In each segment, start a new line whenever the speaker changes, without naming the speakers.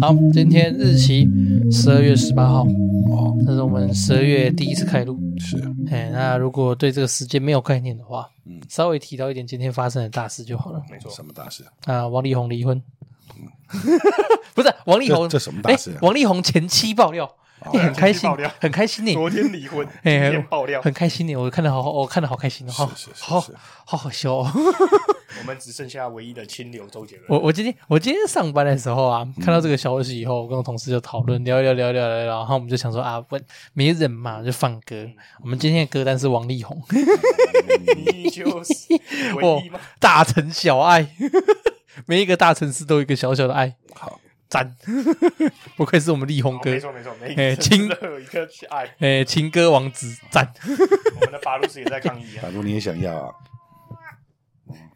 好，今天日期十二月十八号，
哦，
这是我们十二月第一次开录。
是，
哎，那如果对这个时间没有概念的话，
嗯
稍微提到一点今天发生的大事就好了。
没错，什么大事？
啊，王力宏离婚， 不是王力宏
这这什么大事啊哦
哎王力宏前妻爆料，哎很开
前妻
心
爆料，
很开心呢。
昨天离婚，今
哎
天，爆料，
很开心呢，我看的好，我看的好开心哦，好
是是是
好
是
好好笑哦。
我们只剩下唯一的清流周杰伦。
我我今天我今天上班的时候啊，看到这个消息以后，我跟我同事就讨论聊一聊聊一聊聊一聊，然后我们就想说啊，问没人嘛，就放歌。
嗯
我们今天的歌单是王力宏，
你就是
我
唯一吗？
大城小爱， 每一个大城市都有一个小小的爱，
好，
赞！ 不愧是我们力宏
哦
哥，
没错没错，没
哎清
任何一个去爱
哎、情歌王子，赞！
我们的法鲁斯也在抗议啊
百！路你也想要啊？嗯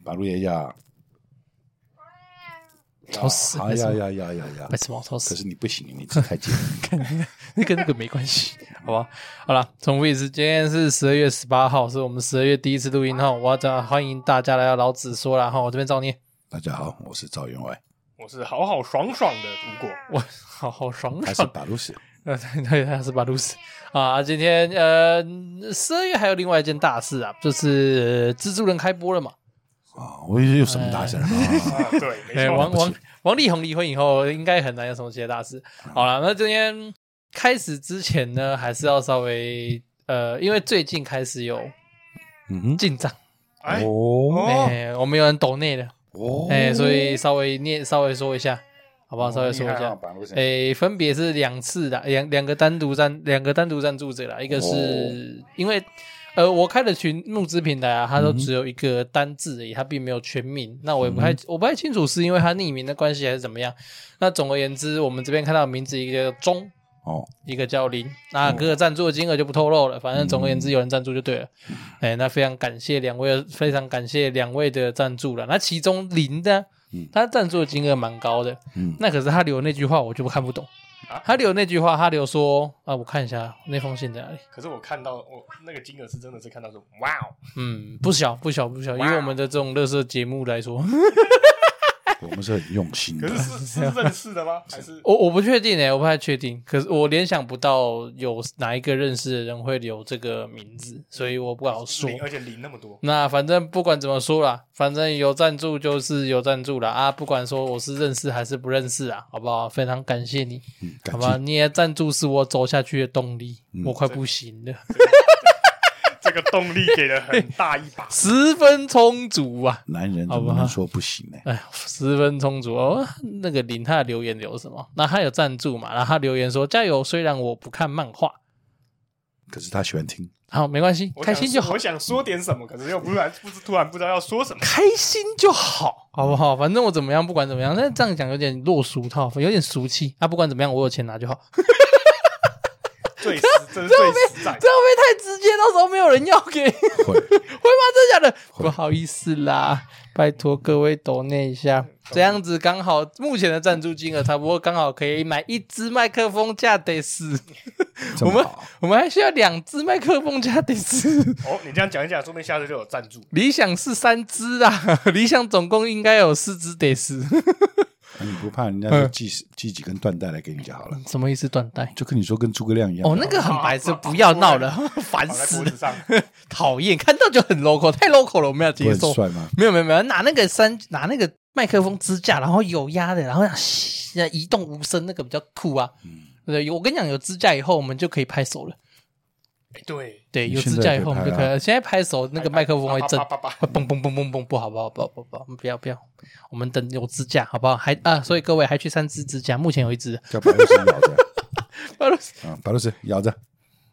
百路也要啊，
吵死！
啊
为什
要
么？
要要要要
为，什么吵
可
死？
是你不行，你太 贱了。
那跟那个没关系，好吧？好了，重复一次，今天是十二月十八号，是我们十二月第一次录音哈。我要讲欢迎大家来到老子说了哈，我这边照念，
大家好，我是赵员外，
我是好好爽爽的无果，
我好好爽
他是
爽。
百路 士，
呃，对对，他是巴鲁斯啊。今天呃，十二月还有另外一件大事啊，就是、呃蜘蛛人开播了嘛。
啊，我以为有什么大事儿
哎
啊？
啊，对，没
对，
错，
王
不是
王王力宏离婚以后，应该很难有什么其他大事。好了，那今天开始之前呢，还是要稍微呃，因为最近开始有
嗯
进账，
哎，
哦
哦
哎、我们有人抖内了，
哦
哎、所以稍微念稍微说一下，好不好？稍微说一
厉害
下
啊板路，线
哎、分别是两次的，两两个单独赞，两个单独赞助者啦，一个是、
哦
因为。呃，我开的群募资平台啊，
嗯
它都只有一个单字而已，它并没有全名。那我也不
嗯
太、我不太清楚是因为它匿名的关系还是怎么样。那总而言之，我们这边看到的名字一个叫钟，
哦，
一个叫林，那各个赞助的金额就不透露了，反正总而
嗯
言之有人赞助就对了。哎，那非常感谢两位，非常感谢两位的赞助了。那其中林呢
嗯，
他赞助的金额蛮高的，
嗯
那可是他留那句话我就看不懂
啊。
他留那句话，他留说啊，我看一下那封信在哪里。
可是我看到我那个金额是真的是看到说，哇哦，
嗯，不小不小不小，因为我们的这种乐色节目来说，
我们是很用心
可
的
是，是是认识 的吗？还是
我我不确定哎、我不太确定，可是我联想不到有哪一个认识的人会留这个名字，所以我不好说。
零？而且零那么多，
那反正不管怎么说啦，反正有赞助就是有赞助啦啊！不管说我是认识还是不认识啊，好不好？非常感谢你，
嗯，
好
感
吧？
谢。
你的赞助是我走下去的动力，
嗯
我快不行了，。
这个动力给了很大一把
十分充足啊！
男人
好
怎
吧
么能说不行呢？
哎，十分充足哦。那个林他的留言留什么？那他有赞助嘛？然后他留言说加油，虽然我不看漫画，
可是他喜欢听，
好，没关系，
我
开
想
心就
说
好
我，想说点什么，可是又不然不知突然不知道要 说什么。
开心就好，好不好？反正我怎么样，不管怎么样，那这样讲有点落俗套，有点俗气啊。不管怎么样，我有钱拿就好。
最实，这是最实在
这。样会不会太直接？到时候没有人要给，会 会
会
吗？真的假的？不好意思啦，拜托各位抖那一下，这样子刚好目前的赞助金额差不多，刚好可以买一支麦克风架得死。
这
我
么
们
好，
我们还需要两支麦克风架得死，
哦，你这样讲一讲，说不定下次就有赞助。
理想是三支啊，理想总共应该有四支得死。
那你不怕人
嗯
家就寄寄几根缎带来给你就好了？
什么意思？断带？
就跟你说跟诸葛亮一样。
哦，那个很白痴，不要闹了，烦
绑在
死
脖
了
子，上，
讨厌，看到就很 local，太 local 了，我们要
不
接
很
受。
帅吗？
没有没有没有，拿那个三拿那个麦克风支架，然后有压的，然后要移动无声，那个比较酷啊。对，我跟你讲，有支架以后我们就可以拍手了。
哎对，
对，
你
有支
现在
架以
可以
后我们
拍
就可以
啊
了。现在拍手那个麦克风会震，
啪啪啪啪
会嘣嘣嘣嘣嘣，不好不好不好不好不好，不要不要，我们等有支架好不好？还啊，所以各位还去三支支架，目前有一支。
叫白露丝咬着啊，白露丝咬着。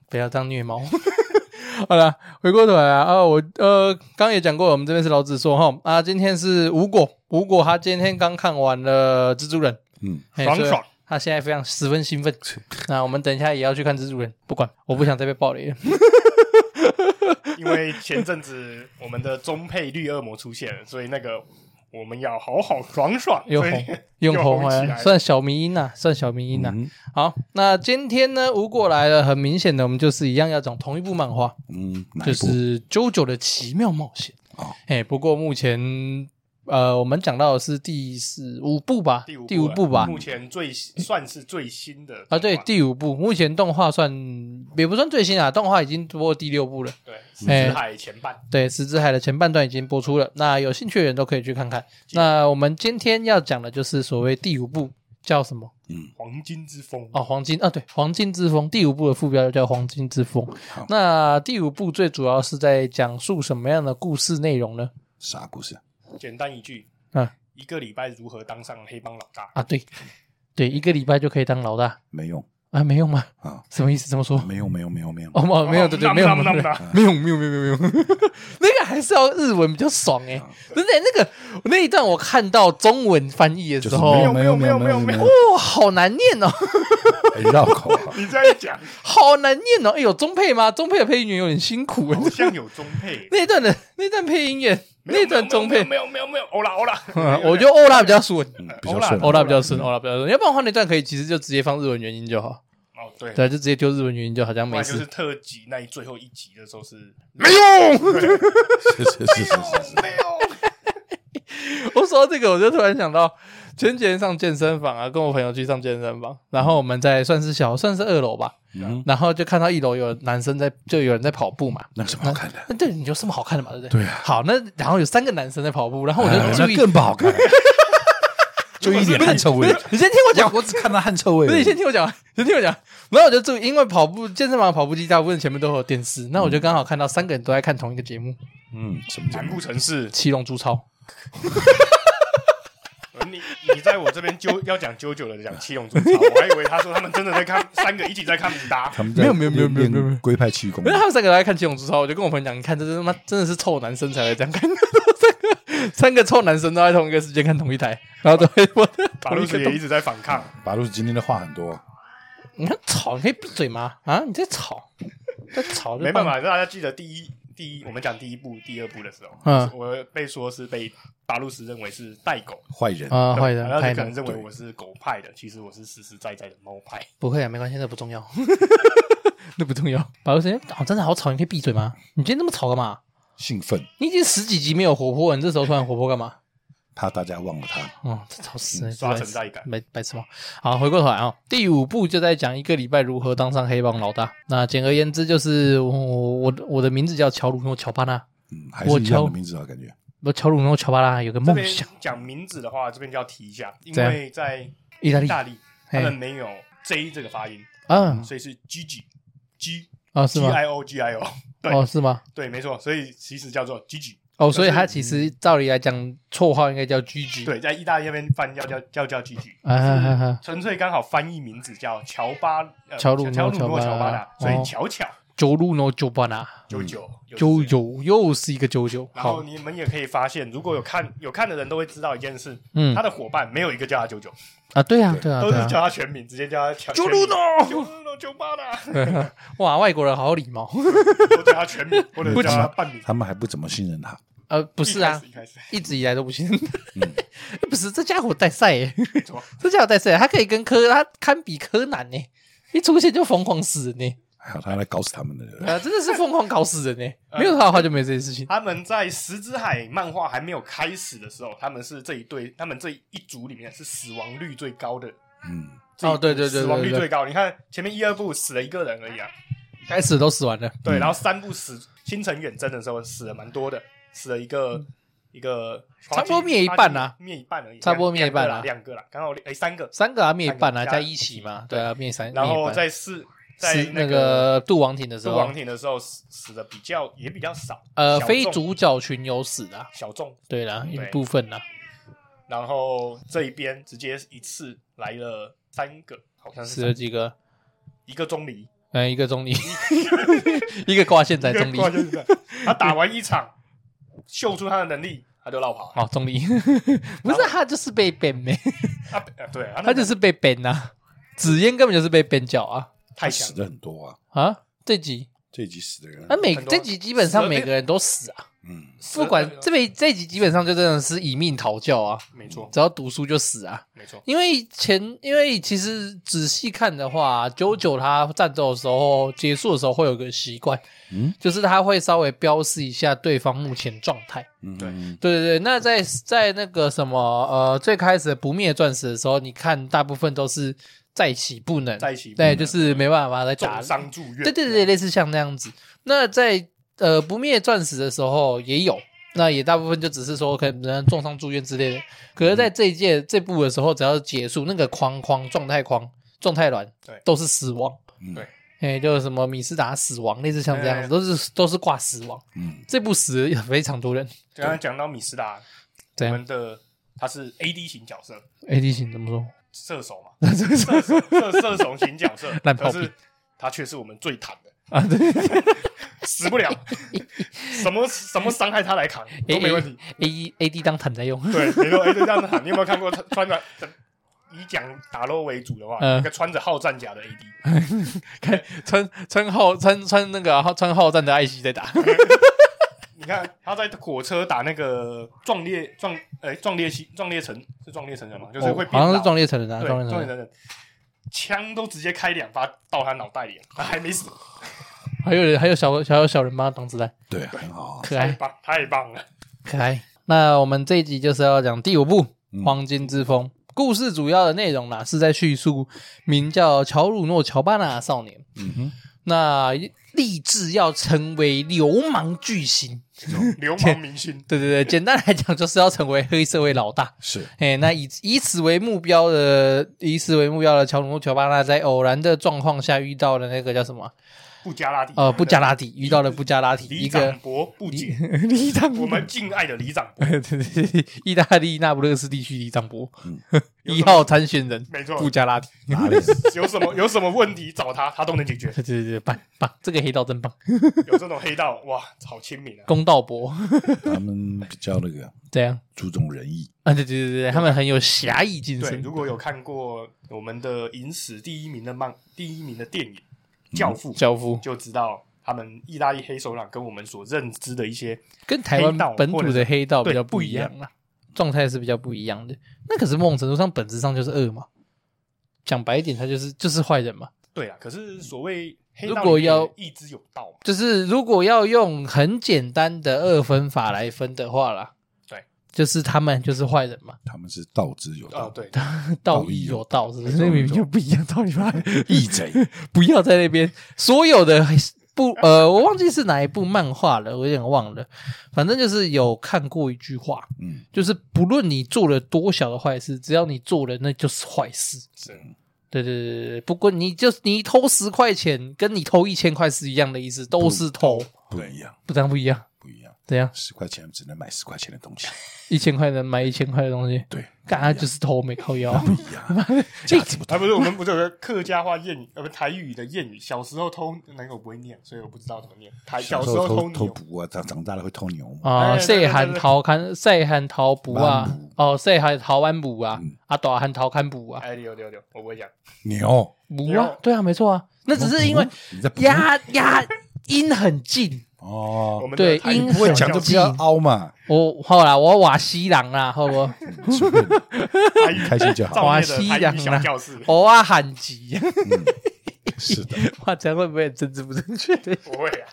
不要当虐猫。 好了，回过头来啊，啊我呃，刚刚也讲过，我们这边是老子说哈啊，今天是吴果，吴果他今天刚看完了《蜘蛛人》，
嗯，
嘿
爽，
所以
爽
他现在非常十分兴奋。那我们等一下也要去看《蜘蛛人》，不管，我不想再被暴 雷了。
因为前阵子我们的中配绿恶魔出现了，所以那个我们要好好爽 爽，
又
所以
红又红
起
哎、
来了。
算小迷音呐、算小迷音呐、
嗯
好，那今天呢，吴果来了，很明显的，我们就是一样要讲同一部漫画，
嗯，哪一
就
部
是《JoJo 的奇妙冒险》
哦
哎，不过目前呃，我们讲到的是第四五部吧，
第
第五
五部嗯
部吧，
目前最算是最新的
啊，对，
动画
第五部，目前动画算也不算最新啊，动画已经播第六部了。
对，石
哎
之海前半，
对，《石之海》的前半段已经播出了，那有兴趣的人都可以去看看。那我们今天要讲的就是所谓第五部叫什么？
黄金之风
哦，黄金啊，对，《黄金之风》第五部的副标叫《黄金之风》。那第五部最主要是在讲述什么样的故事内容呢？
啥故事？
哦
简单一句，
嗯
一个礼拜如何当上黑帮老大？
啊，对，对，一个礼拜就可以当老大
没用
啊？没有吗？
啊，
什么意思？怎么说？
没用，没用，没用，没用。
哦，没有，没有，对对，没有，
那
没
么
有，
那
没有没
么那么
有，没有，没有，没有， 那个还是要日文比较爽哎、
嗯
真的，那个那一段我看到中文翻译的
就
时
是
候，
没有，
哇、
没有，没有，没有，没有，
好难念哦，
哎绕口啊。
你这样讲
好难念哦。哎，有中配吗？中配的配音员有点辛苦哎、
好像有中配，
那一段的那一段配音员，
没有
那一段中配，
没有没有没有没有，欧啦欧啦，
嗯 我觉得欧拉比较顺，
嗯比较顺
欧拉比较顺，欧拉比较顺。要不然换那段可以，其实就直接放日文原音就好，
哦对，
对，就直接丢日文原音就好，这样
不
没
然就
事
是。特辑那一最后一集的时候是
没有，
是是是是是。
没有，
我说到这个，我就突然想到，前几天上健身房啊，跟我朋友去上健身房，然后我们在算是小，算是二楼吧，
嗯，
然后就看到一楼有男生在，就有人在跑步嘛，
那有什么好看的？
那对你有什么好看的嘛？对不对？
对啊
好，那然后有三个男生在跑步，然后我就注意，
更不好 看，就一脸汗臭味。
你先听我讲，
我只看到汗臭味
不是你先听我讲，先听我讲。然后我就注意，因为跑步健身房的跑步机大部分前面都会有电视，那我就刚好看到三个人都在看同一个节目《
嗯，什么节
南
目？
部城市，
七龙珠超》。
呃你你在我这边揪要讲啾啾的讲七龙珠超，我还以为他说他们真的在看三个一起在看武 打，
他们
没有没有没有没有没有没有
龟派气功
因为。他们三个都在看《七龙珠超》，我就跟我朋友讲，你看，这真他妈真的是臭男生才会这样看，三个三个臭男生都在同一个时间看同一台， 然后都会播
法
同
路
一个
斯
东
也一直在反抗，
白露今天的话很多，
你看吵，你可以闭嘴吗？啊，你在吵，在吵，
没办。法，大家记得第一第一我们讲第一部、第二部的时候，
嗯
我被说是被法路斯认为是带狗。
坏人。
啊，坏人，
然后
太
你可
难
能，认为我是狗派的，其实我是实实在在的猫派。
不会啊，没关系，那不重 要，那不重要。保留时间，哦，真的好吵，你可以闭嘴吗？你今天这么吵干嘛？
兴奋，
你已经十几集没有活泼了，你这时候突然活泼干嘛？
怕大家忘了他。
哦，这吵死了，
嗯刷
这白
存在感
白白痴猫。好，回过头来啊、哦，第五部就在讲一个礼拜如何当上黑帮老大。那简而言之，就是我我我的名字叫乔鲁诺乔巴纳，
嗯，还是一样的名字啊，感觉。
我乔鲁诺乔巴纳有个
这
梦
边
想，
讲名字的话，这边就要提一下，因
怎样
为在
意大利
意大利
嘿
他们没有 J 这个发音，
啊
所以是 G G G
啊是
G
吗？
I O G I O，对
哦是吗？
对，没错，所以其实叫做 G G。
哦，所以他其实照理来讲，绰号应该叫 GG。
嗯对，在意大利那边翻叫叫叫叫 G G，
啊哈哈哈。
纯粹刚好翻译名字叫乔巴呃
乔鲁诺
乔诺
乔
乔
巴
巴
纳
纳，所
哦
以巧巧
九路诺九巴纳。
九九
九。九又是一个九九，
然后
好，
你们也可以发现，如果有看有看的人都会知道一件事，
嗯
他的伙伴没有一个叫他九九，
啊，对啊，对啊，
都
对
是
啊，
叫他全名，直接叫他乔
九路
全名
诺，
Juno 九八啦，
哇，外国人好有礼貌，
我叫他全名，或者叫他半名。
他们还不怎么信任他，
呃，不是啊，
一开始一开始
一直以来都不行，嗯 不是这家伙带赛耶，
没错，
这家伙带赛，他可以跟柯，他堪比柯南呢，一出现就疯狂死人呢，
还好他来搞死他们的人。
啊，真呃的是疯狂搞死人 呢，没有他的话就没这件事情，
他们在《石之海》漫画还没有开始的时候，他们是这一对，他们这一组里面是死亡率最高的。
嗯，
这一
哦对对对嗯
死亡率
对对
最高。你看前面一二部死了一个人而已啊，
该死都死完了，
对，然后三部死星辰远征的时候死了蛮多的，死了一个一个，
嗯差不多灭一半啊
花季灭一半而已，
差不多灭一半啊
啦，两个啦，刚好哎三个，
三个啊灭一半啊，
三个
加一起嘛，对啊灭三，
然
灭
后
一半
在四在
是那个杜王庭的时
做
候
王，庭的时候死死的比较也比较少，
呃，
小众
非主角群有死的啊，
小众。
对啦，一
对
部分啦，
然后这一边直接一次来了三个，好像是
死了几个。
一个钟离，
嗯，一个中立， 一个挂线仔中
一
立
个，挂就是这样他打完一场，秀出他的能力，他就绕跑了。
哦，中立， 不是他就是被 ban 没，
他呃对，他那
他
个
就是被 ban 呐、啊，紫嫣根本就是被 ban 脚啊
太
死
强
的
了，
很多啊，
啊！这集
这一集死的人
啊，每
很多
这集基本上
十二
每个人都死啊，
嗯，
不管这边这一集基本上就真的是以命讨教啊，
呃没错，
只要读书就死啊。
没错，
因为前，因为其实仔细看的话，九九他战斗的时候结束的时候会有个习惯，
嗯，
就是他会稍微标示一下对方目前状态。
嗯
对
嗯
对对对，那在在那个什么呃最开始的不灭钻石的时候，你看大部分都是再起不能，
在一起
对，就是没办法来打
重伤住院，
对对对，类似像那样子。那在呃不灭钻石的时候也有，那也大部分就只是说可能重伤住院之类的。可是，在这一届这部的时候，只要结束那个框框状态框状态栏，
对
都是死亡，
嗯
对
哎、就是什么米斯达死亡，类似像这样子，
哎
都是都是挂死亡。
嗯
这部死了非常多人，
刚刚讲到米斯达，
对
我们的他是 AD 型角色，
AD 型怎么说？
射手嘛，射手射射手型角色，
烂炮
可
兵
是他却是我们最惨的，
啊，对
死不了，什么什么伤害 他来扛都没问题。
，A E A D 当坦在用，
对，没错，哎，就这样子喊。你有没有看过他穿着以讲打 l 为主的话，
嗯
一个穿着好战甲的 AD，
看穿穿号穿穿那个穿号战的艾希在 打，
你看他在火车打那个壮烈壮哎壮烈西壮烈城是壮烈城人嘛，就是会变
哦好像
老
是壮烈城人啊，
对
壮烈城
壮烈
人，
城人，枪都直接开两发到他脑袋里，他还没死，
还有人还有小还有小人帮他挡子弹。
对啊，很好啊，
可
太
爱
棒太棒了，
可 爱。那我们这一集就是要讲第五部《
嗯
黄金之风》故事主要的内容啦，是在叙述名叫乔鲁诺·乔巴纳的少年，
嗯哼，
那立志要成为流氓巨星。
流氓明星，
对对对，简单来讲就是要成为黑社会老大。
是
哎，那以以此为目标的，以此为目标的乔鲁诺·乔巴纳，在偶然的状况下遇到了那个叫什么？
布加拉蒂，
呃，布加拉提，遇到了布加拉提，
里
一
长
个
伯布景，
里长伯
我们敬爱的里长 伯，
对对对，意大利那不勒斯地区里长伯
嗯，
一号参选人
没错
布加拉提。
哪里？
有什么有什么问题找他，他都 能解决。
对对对，棒棒，这个黑道真棒，
有这种黑道，哇，好亲民啊！
公道伯
他们比较那个
这样
注重仁义，
啊？对对对对，他们很有侠义精
对，
神。
如果有看过我们的影史第一名的漫第一名的电影《教父》，
嗯教父
就知道他们意大利黑手党跟我们所认知的一些
跟台湾
黑道
本土的黑道
或者
比较
是对
不
不
一
一
样啦，状态是比较不一样的。那可是某种程度上，本质上就是恶嘛。讲白一点，他就是就是坏人嘛。
对啊。可是所谓黑道，
如果要
一之有道嘛，
就是如果要用很简单的二分法来分的话啦，
对，
就是他们就是坏人嘛，
他们是道之有
哦
啊
道，，
对，
道
道
义
义
有
有
道，是不是？那
道义有
明明就不一样道理 吧？
义贼，
不要在那边。所有的 不呃，我忘记是哪一部漫画了，我有点忘了。反正就是有看过一句话，
嗯，
就是不论你做了多小的坏事，只要你做了，那 就是坏事。
是
嗯
对对对对对，不过你就你偷十块钱，跟你偷一千块是一样的意思，都是偷，
不一样，
不但不一样，
不一样，
怎样？
十块钱只能买十块钱的 东西，
一千块能买一千块的东西，
对，
干他就是偷没靠 腰。
不一
哎
样，价值不同，
啊，不是我们不是有个客家话谚语，呃，不台语的谚语，小时候偷那个我不会念，所以我不知道怎么念。台小时候哦
偷
牛，
补啊，长长大了会偷牛嘛，
啊，
哎对
细
对
汉
对
头看，细汉头补啊
弯，
哦，细汉头弯补啊
嗯，
啊，大汉头看补啊，
哎，六六六，我不会讲，
牛，
补
没
啊
有，
对啊，没错啊，那只是因为
你在补
压压音很近，
我
哦，
们
对
的台
音
语
不会
小
讲
教
就
就
不要凹嘛，嗯
我后来哦我瓦西人啦，好 不好？
随便
台语
开心就好，
造
华
孽
西
的台
洋
语
啊
小教室，
我啊喊 急，
是的，
话讲会不会政治不正 确？
不会啊，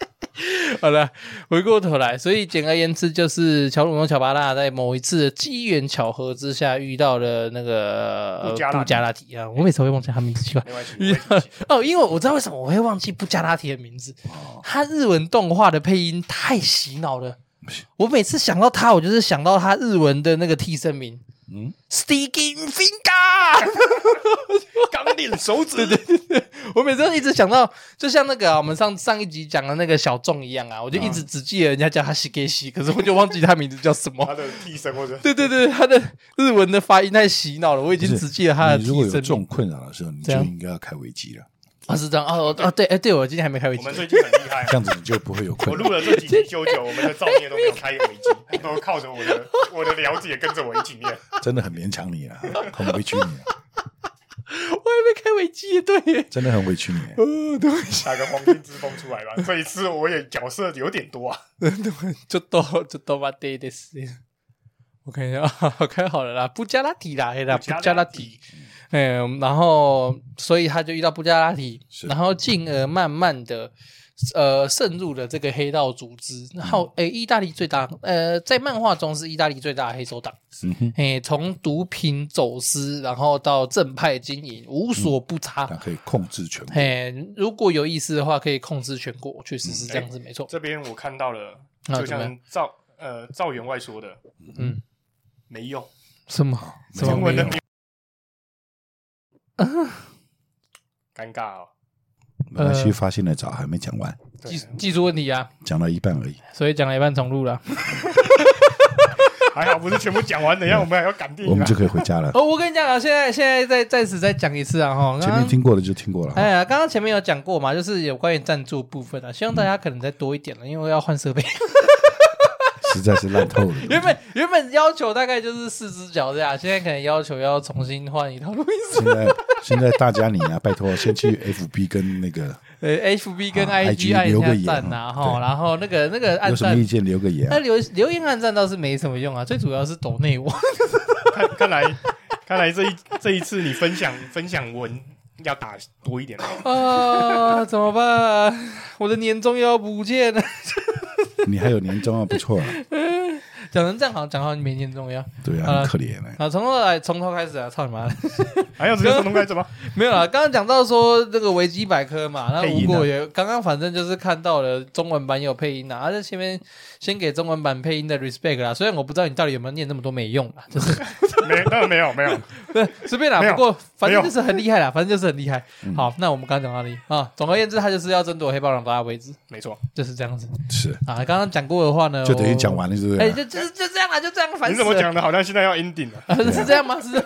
好了，回过头来，所以简而言之，就是乔鲁诺·乔巴纳在某一次的机缘巧合之下遇到了那个呃
布加拉提
布加拉提啊，我每次会忘记他名字，奇怪
没。 关系，
遇
没
到
关系。
哦，因为我知道为什么我会忘记布加拉提的名字，
哦，
他日文动画的配音太洗脑了。我每次想到他，我就是想到他日文的那个替身名
嗯，
Sticking Finger。
刚练手指，
我每次都一直想到，就像那个啊、我们上上一集讲的那个小众一样啊，我就一
嗯
直只记得人家叫他 s h i 西，可是我就忘记他名字叫什么
他。的替身或者
对对对，他的日文的发音太洗脑了，我已
不
经
是
只记得他的
你
替
如果有
身
这
名。
种困扰的时候，你
这
就
样
应该要开危机了，
啊，是这样哦哦对，哎对，我今天还没开会
我。们最近很厉害啊
这。样子你就不会有
我
困扰
录。了这几集九九，我们的造孽都没有开危机，都靠着我的我的了解跟着我一起念。
真的很勉强你啊，很委屈你啊。
还没开危机耶，对耶，
真的很委屈你啊耶。
呃，对不起，
打个黄金之风出来吧。这一次我也角色有点多啊，
就都就都把 day 的事。 我看一下， 啊开好了啦，布加拉提啦，嘿啦，布啊加拉提，嗯，然后所以他就遇到布加拉提，
是
然后进而慢慢的。呃，渗入了这个黑道组织，然后诶，意大利最大，呃，在漫画中是意大利最大的黑手党，
嗯哼，
诶，从毒品走私，然后到正派经营，无所不插。
他可以控制全国。
嘿，如果有意思的话，可以控制全国，确实是嗯这样子，没错。
这边我看到了，
啊
就
怎么
像赵呃赵员外说的，
嗯，
没用，
什么什么
中文
没
的
有？
没 尴尬哦。
没关系，发现的早，还没讲完，
技技术问题啊，
讲到一半而已。
所以讲了一半重录了。
还好不是全部讲完，等一下我们还要
嗯
赶电
我
影
们
啊
就。可以回 家了。
哦，我跟你讲啊，现在现在再再次再讲一次啊，哈，刚
前面
刚
听过的就听过了
哎
哈，
呀，刚刚前面有讲过嘛，就是有关于赞助部分啊，希望大家可能再多一点啊了，因为要换设 备。
实在是烂透 了。
原本原本要求大概就是四只脚这样，现在可能要求要重新换一套录音 室。
现在现在大家你啊，拜托，先去 FB 跟那个
呃，FB 跟
啊
IG
IG
按一
留个
下
言
赞呐，
嗯
哈，
对
然后那个那个按
有什么
赞
意见留个言啊
那。留留言按赞倒是没什么用啊，最主要是抖内 我。
看看来，看来这一这一次你分享分享文要打多一点哦。
啊，怎么办？我的年终又要不见了。
你还有年终啊，不错 啊，
讲成这样好像讲好你没年终一样。
对
好
啊，
了
很可怜哎。
啊，从头来，从头开始啊！操你妈的！
还要直接从头开始吗？
没有啦，刚刚讲到说这个维基百科嘛，那
配音
吴
啊
果也刚刚反正就是看到了中文版有配音啊，而且前面先给中文版配音的 respect 啦。虽然我不知道你到底有没有念那么多没用啦，就是
没，当然没有，没有。
随便啦。
没有
不过反正
没有
就是很厉害啦，反正就是很厉害。
嗯
好，那我们刚刚讲到哪里啊？总而言之，他就是要争夺黑豹党大家为止，
没错，
就是这样子
是，
啊。刚刚讲过的话呢，
就等于
我
讲。完了，是不
哦
啊
哎、
是？
就就是就这样啦，就这样，烦
你
死
怎么
了。
讲的？好像现在要 ending 了。
啊 是这样吗？是这样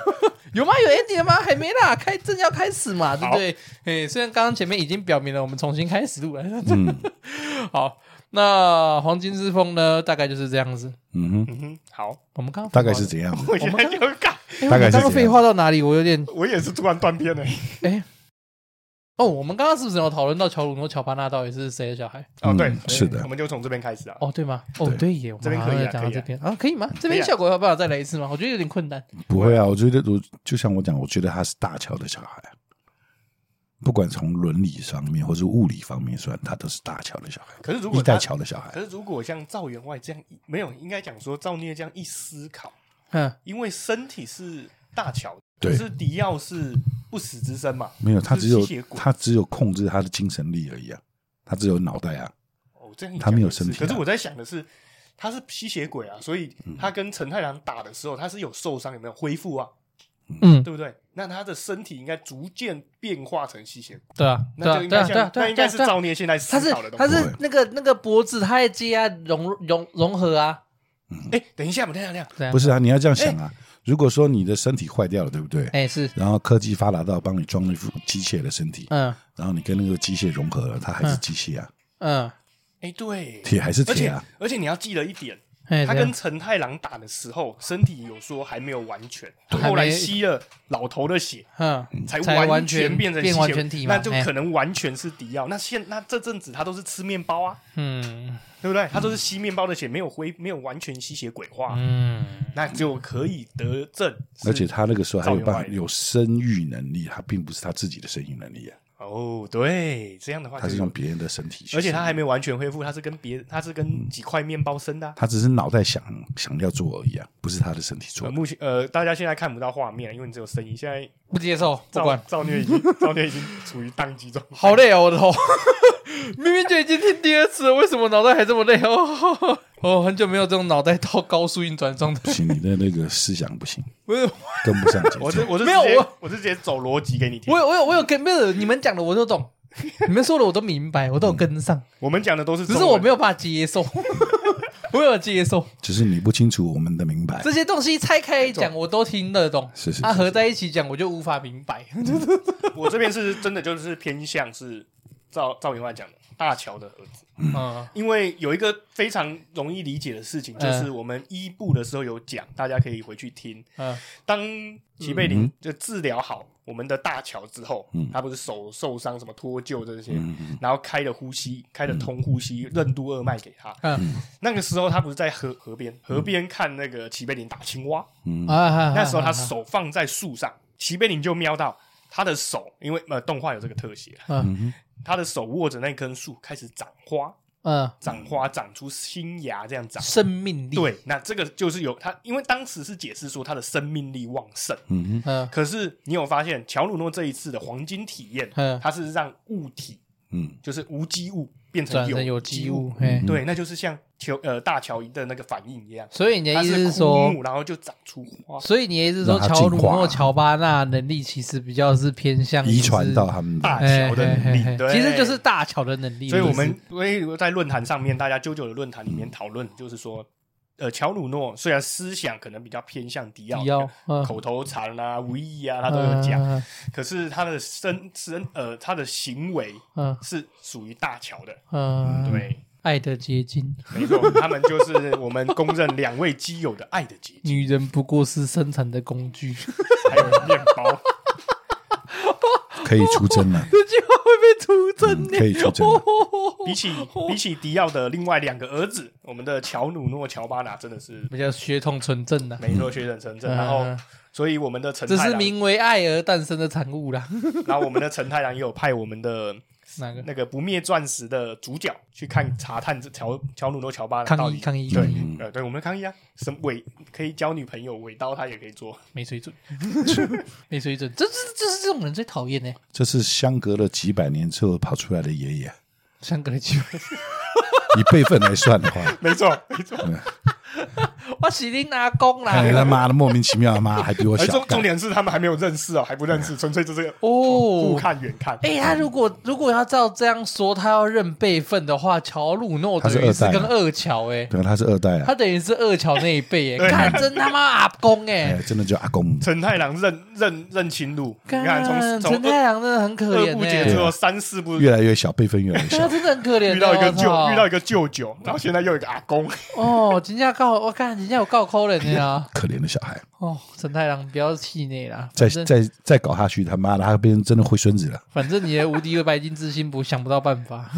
有吗？有 ending 了吗？还没啦，开正要开始嘛，对不对？哎，虽然刚刚前面已经表明了，我们重新开始录了。
嗯
好，那黄金之风呢，大概就是这样子。
嗯哼，
嗯哼，好，
我们刚刚
大概是怎样？
我现在就尬，
哎，我
大概
们
是
刚刚
这
废
样
话到哪里？我有点
我也是突然断片了。
哎。哦，我们刚刚是不是有讨论到乔鲁诺乔巴纳到底是谁的小孩？
哦，对
嗯，是的
我们就从这边开始啊。
哦，对吗？哦，
对
对耶，我们
这边
好像
可以啊
有讲到
可以啊
这边啊，可以吗？这
可以
边
啊
效果有办法再来一次吗？我觉得有点困难。
不会啊，我觉得我就像我讲，我觉得他是大乔的小孩啊，不管从伦理方面或是物理方面算，他都是大乔的小孩，
可是如
一
果
代
他，
乔的小孩
可。是如果像赵员外这样一，没有，应该讲说赵聂这样一思考，
嗯，
因为身体是大巧，
对
可是迪奥是不死之身嘛。
没有，他只有
是吸血鬼
他只有控制他的精神力而已啊，他只有脑袋啊。
哦，这样也
他没有
讲
身
也
体
是可是
啊
我在想的是，他是吸血鬼啊，所以他跟陈太郎打的时候，他是有受伤，有没有恢复啊？
嗯，
对不对？那他的身体应该逐渐变化成吸血鬼，
对啊，对
那
啊，
就应
对
该
啊，对
像
啊，，对啊
那应该是
对啊
造孽现在
他
思
是
考的东
他
西。
是那个那个脖子，他也接啊，融融融合啊，
哎，等一下，我等一下，等一下，
这样
不是啊，你要这样想啊。
哎
如果说你的身体坏掉了，对不对？
哎、是
然后科技发达到帮你装了一副机械的身体，
嗯
然后你跟那个机械融合了，它还是机械啊，
嗯
哎，对，
铁还是铁
而且
啊。
而且你要记得一点，
哎、
他
这样
跟陈太郎打的时候，身体有说还没有完全，
对
后
还
来
没
吸了老头的血，
嗯
才
才完
全
全
变成
变
吸
完
血
全
鬼
体嘛
那就
哎
可能完全是迪奥。那现那这阵子他都是吃面包啊，
嗯
对不对？他都是吸面包的血，没有灰，没有完全吸血鬼化，
嗯
那就可以得证。
而且他那个时候还有办
造
法
成
有生育能力，他并不是他自己的生育能力啊，
哦，对，这样的话
他
就是有
用别人的身体去生育。
而且他还没完全恢复，他是跟别他是跟几块面包生的啊、
他只是脑袋想想要做而已啊，不是他的身体做
呃，
的。
目前呃，大家现在看不到画面，因为你只有声音。现在
不接受不
赵
管，
赵虐已经赵虐已经处于宕机状态。
好累啊我的头，明明就已经听第二次了，为什么脑袋还这么累哦？ 哦，很久没有这种脑袋到高速运转状态，
不行，你的那个思想不行，
不是
跟不上节
我是
奏。
我是
没有
直接
我
我是直接走逻辑给你听
我。有我有我有跟没有你们讲的我都懂，你们说的我都明白，我都有跟上，
我们讲的都是
只
中
是
文，
我没有办法接受， 我有接受。
只是你不清楚我们的明白
这。些东西拆开讲我都听得懂，啊
是是
它
是
合在一起讲我就无法明白。
我这边是真的就是偏向是赵赵明万讲的大乔的儿子，
嗯
因为有一个非常容易理解的事情，就
嗯
是我们一部的时候有讲，大家可以回去听。
嗯
当齐贝林
嗯
就治疗好我们的大乔之后，
嗯
他不是手受伤什么脱臼这些，
嗯嗯
然后开了呼吸，开了通呼吸，任督二脉给他。
嗯
那个时候他不是在河河边，河边看那个齐贝林打青蛙，
嗯嗯
啊，
那时候他
手
手放在树上，齐贝林就瞄到他的手，因为呃动画有这个特写，
嗯
嗯
他的手握着那棵树开始长花，
嗯，
长花长出新芽，这样长。
生命力，
对，那这个就是有他，因为当时是解释说他的生命力旺盛。
嗯
嗯
可是你有发现，乔鲁诺这一次的黄金体验，
嗯
它是让物体
嗯
就是无机物变成
转成有
机
机物，嘿，
对，那就是像乔呃大乔伊的那个反应一样，
所以你的
它
意思
是
是
枯
说，哎
木，然后就长出花。
所以你的意思是说，
让它
乔
进化
鲁诺、乔巴纳能力其实比较是偏向
遗传到他们
大
的，
哎
乔的能
嘿嘿嘿
力，对
其实就是大乔的能力。
所以我
就
们
是嗯
所以在论坛上面，大家啾啾的论坛里面讨论，就是说，呃，乔鲁诺虽然思想可能比较偏向迪奥，
迪奥嗯
口头禅啊、无意啊，他都有讲，
嗯
可是他的身身呃，他的行为
嗯
是属于大乔的，
嗯，
对，
爱的结晶，
没错，他们就是我们公认两位基友的爱的结晶，
女人不过是生产的工具。这
还有面包。
可以出征 了，
句话会被出征
嗯可以出征了。
比起比起迪奥的另外两个儿子，我们的乔努诺、乔巴纳真的是
比较血统纯正的，
没错，血染成真。
嗯
然后，所以我们的陈
只
太
是
郎，
名为爱而诞生的产物 啦。
然后我们的陈太郎也有派我们的
哪个？
那个不灭钻石的主角去看查探这乔乔努诺、乔巴纳到
嗯抗
底
议抗议，
对
抗议，
嗯
呃，对，我们抗议啊，什么伪可以交女朋友，伪刀他也可以做。
没水准， 没水准，这这这是这种人最讨厌呢。
这是相隔了几百年之后跑出来的爷爷，
香格里基，
以辈分来算 的话，
没错，没错。
我是你阿公 啦。
哎看他妈的莫名其妙，妈还比我
而
小
哎重重
干，
点是他们还没有认识哦，还不认识，纯粹就是互
哦，
看远看。
哎、他如果如果要照这样说，他要认辈分的话，乔鲁诺等于
他
是
是二代啊
跟二乔哎、
对，他是二代啊
他，等于是二乔那一辈哎、
对
看真他妈阿公哎、
哎，真的叫阿公，
陈太郎认认认亲路，你看从
看
从
陈太郎真的很可
二
怜
部
哎、
结束后三四部
越来越小，辈分越来越
他
小。
真的很可怜、欸，
遇到一个舅
我操
遇到一个舅舅，然后现在又有一个阿公，
哦，人家告我看人家有告扣人的啊！
可怜的小孩，
哦，陈太郎不要气馁啦，
再
反正
再再搞下去，他妈的，他变成真的灰孙子了。
反正你的无敌和白金之心不想不到办法。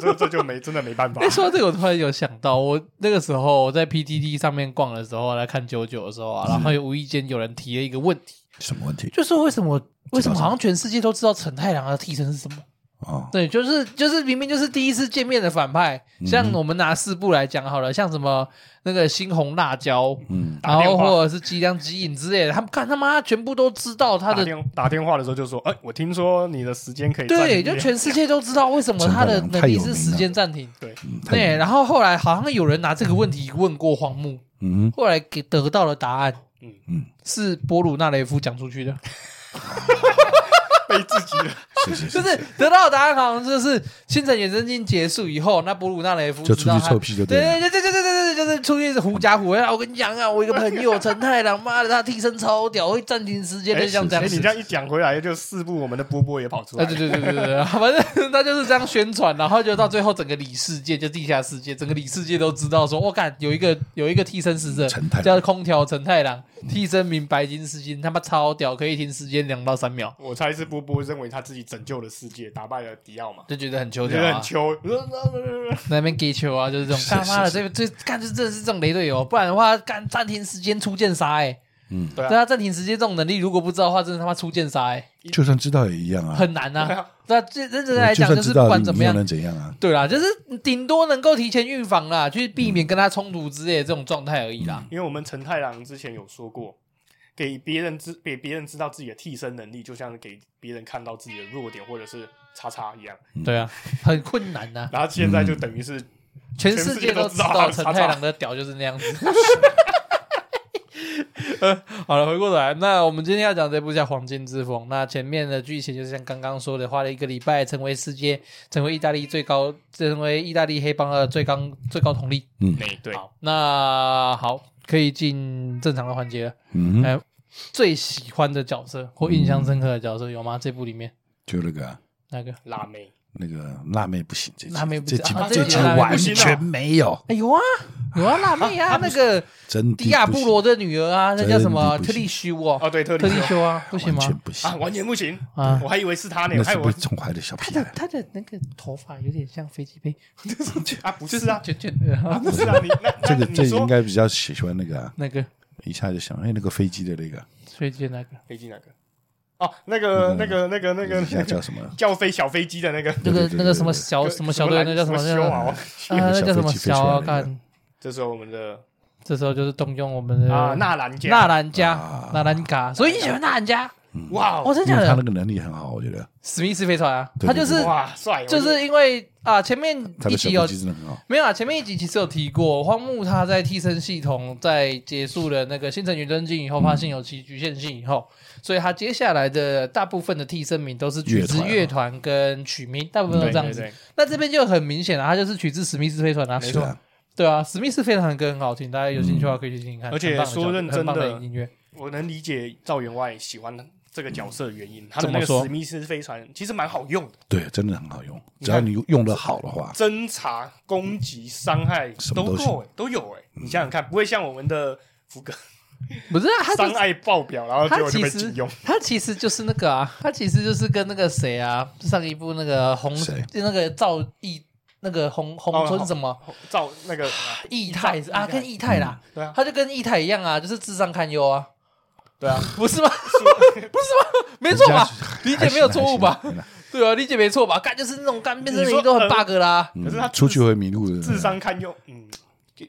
这这就没真的没办法
哎、。说到这个，我突然有想到，我那个时候我在 PTT 上面逛的时候，来看九九的时候啊，然后无意间有人提了一个问题，
什么问题？
就是为什么为什么好像全世界都知道陈太郎的替身是什么？
哦，
对，就是就是明明就是第一次见面的反派，
嗯
像我们拿四部来讲好了，像什么那个猩红辣椒，
嗯，
然
打电
后
话
或者是激量极影之类的，他们看他妈全部都知道他
打
的。
电打电话的时候就说：“哎，我听说你的时间可以暂
对，
停
就全世界都知道为什么他的
陈太郎
能
太
力
有
是
名
时
了嗯
间暂停。
对，
对，然后后来好像有人拿这个问题问过荒木，
嗯，
后来给得到了答案，
嗯
嗯
是波鲁纳雷夫讲出去的，
被自己 的
是是，
就是是得到的答案好像就是新城衍生经结束以后，那波鲁纳雷夫
就出
知道
去
他
臭屁就
对
对了。
对对对对对对，就是出去是狐假虎威啊！我跟你讲啊，我一个朋友陈太郎，妈的，他替身超屌，会暂停时间的，
哎，
像这样
哎
子
你这。样一讲回来，就四部我们的波波也跑出
啊，
来
对
了。
对对对对对，反正他就是这样宣传，然后就到最后整个里世界就地下世界，整个里世界都知道说，我干有一个有一个替身使者
陈太郎
叫空调陈太郎，替身名白金丝巾，他妈超屌，可以停时间两到三秒，
我猜是波波认为他自己拯救了世界，打败了迪奥嘛，
就觉得很求
我
屌
觉得
啊
很，秋。
在那边给球啊，就是这种
是
干妈的，
是
这这干就真的是这种雷队友，不然的话干暂停时间出剑杀哎、
嗯
对
对
啊，
啊，暂停时间这种能力，如果不知道的话，真的他妈出剑杀 哎，
就算知道也一样啊。
很难
对
呐、
啊
对啊，这认真
我
来
就
讲，
算
就是
知
不
道
管
你，
怎
你
么
又
样
能，怎样啊？
对啦，就是顶多能够提前预防啦，去避免跟他冲突之类的这种状态而已啦。
因为我们陈太郎之前有说过，给别人知给别人知道自己的替身能力，就像给别人看到自己的弱点或者是叉叉一样。
嗯
对啊，很困难呐、
然后现在就等于是
全世界都知道陈太郎的屌就是那样 子。呃，好了，回过头来，那我们今天要讲这部叫《黄金之风》。那前面的剧情就是像刚刚说的，花了一个礼拜成为世界，成为意大利最高，成为意大利黑帮的最高最高统领。
美对，
好，那好，可以进正常的环节了。
嗯，
哎，最喜欢的角色或印象深刻的角色有吗？这部里面
就那个啊
哪个？
辣妹
那个辣妹不行，这集
辣妹不
这
行
集
啊
这
这
集
集辣妹
完
不
行啊
全没有，
哎有啊，有啊，辣 妹啊，那个
真的
迪亚
不
布
行
罗的女儿啊，那叫什么
真的不
特
行
利修哦，
哦，对，特
特
利
利
修
修啊，不行
完
吗？
全不行
啊，完全不行
啊
我还以为是他呢，
那
还
是
有
不是宠坏的小
他
屁
的
孩？
他的那个头发有点像飞机杯，
啊，不是 啊，
卷卷的
啊
啊
不是啊，你那
这个
那
这
你
个应
说
该比较喜欢那个啊，
那个
一下就想哎那个飞机的那个，
飞机那个，
飞机哪个？哦，那
嗯
个那个那个那个
一下
那个
叫什么？
叫飞小飞机的那个
那
对
个
对对
那个什么
对对
小什么小队
队，
那叫
什
什么那
修
个
啊？ 我
啊那叫什么
飞机飞出来
小
那个
干？
这时候我们的
这时候就是动用我们的
啊纳兰家
纳兰加
啊
纳兰嘎，所以你喜欢纳兰加？
哇
哦，
哦
真的
因
假
为他那
的？
个能力很好，我觉得
史密斯飞船啊，
对
他
对
就是
哇帅，
就是因为啊前面
他
一
的小
集有
飞机真的很好。
没有啊，前面一集其实有提过，荒木他在替身系统在结束了那个新城原真境以后，发现有其局限性以后，所以他接下来的大部分的替身名都是取自
乐团啊
乐团跟曲名，大部分
对
都
对
这样子。
对
那这边就很明显了，啊他就是取自史密斯飞船啊，
没
是
错
啊，
对啊，史密斯飞船的歌很好听，大家有兴趣的话可以去听听看。
嗯而且
很棒的
说
小
认真
很棒
的
的音乐，
我能理解赵员外喜欢这个角色的原因，他的
怎
那
么
个
说
史密斯飞船其实蛮好用的，
对，真的很好用，
你看
只要你用的好的话，
侦查、攻击、伤害
什么
都
都行
够、欸，都有哎、欸。你想想看，不会像我们的福格
不是啊，他就
伤害爆表，然后结
他
果就
其
被
实
禁用。
他其实就是那个啊，他其实就是跟那个谁啊，上一部那个红
谁
那个赵毅那个红红
哦
村什么
照 那个
义泰是啊，跟义泰啦，
对啊，
他就跟义泰一样啊，就是智商堪忧啊，
对啊，
不是吗？不是吗？没错吧？理解没有错误吧？
还行？还行还行
对啊，理解没错吧？干就是那种干变成
你
人
说
都很
呃
bug 啦，
嗯
可是他智
出去会迷路的，
智商堪忧，嗯，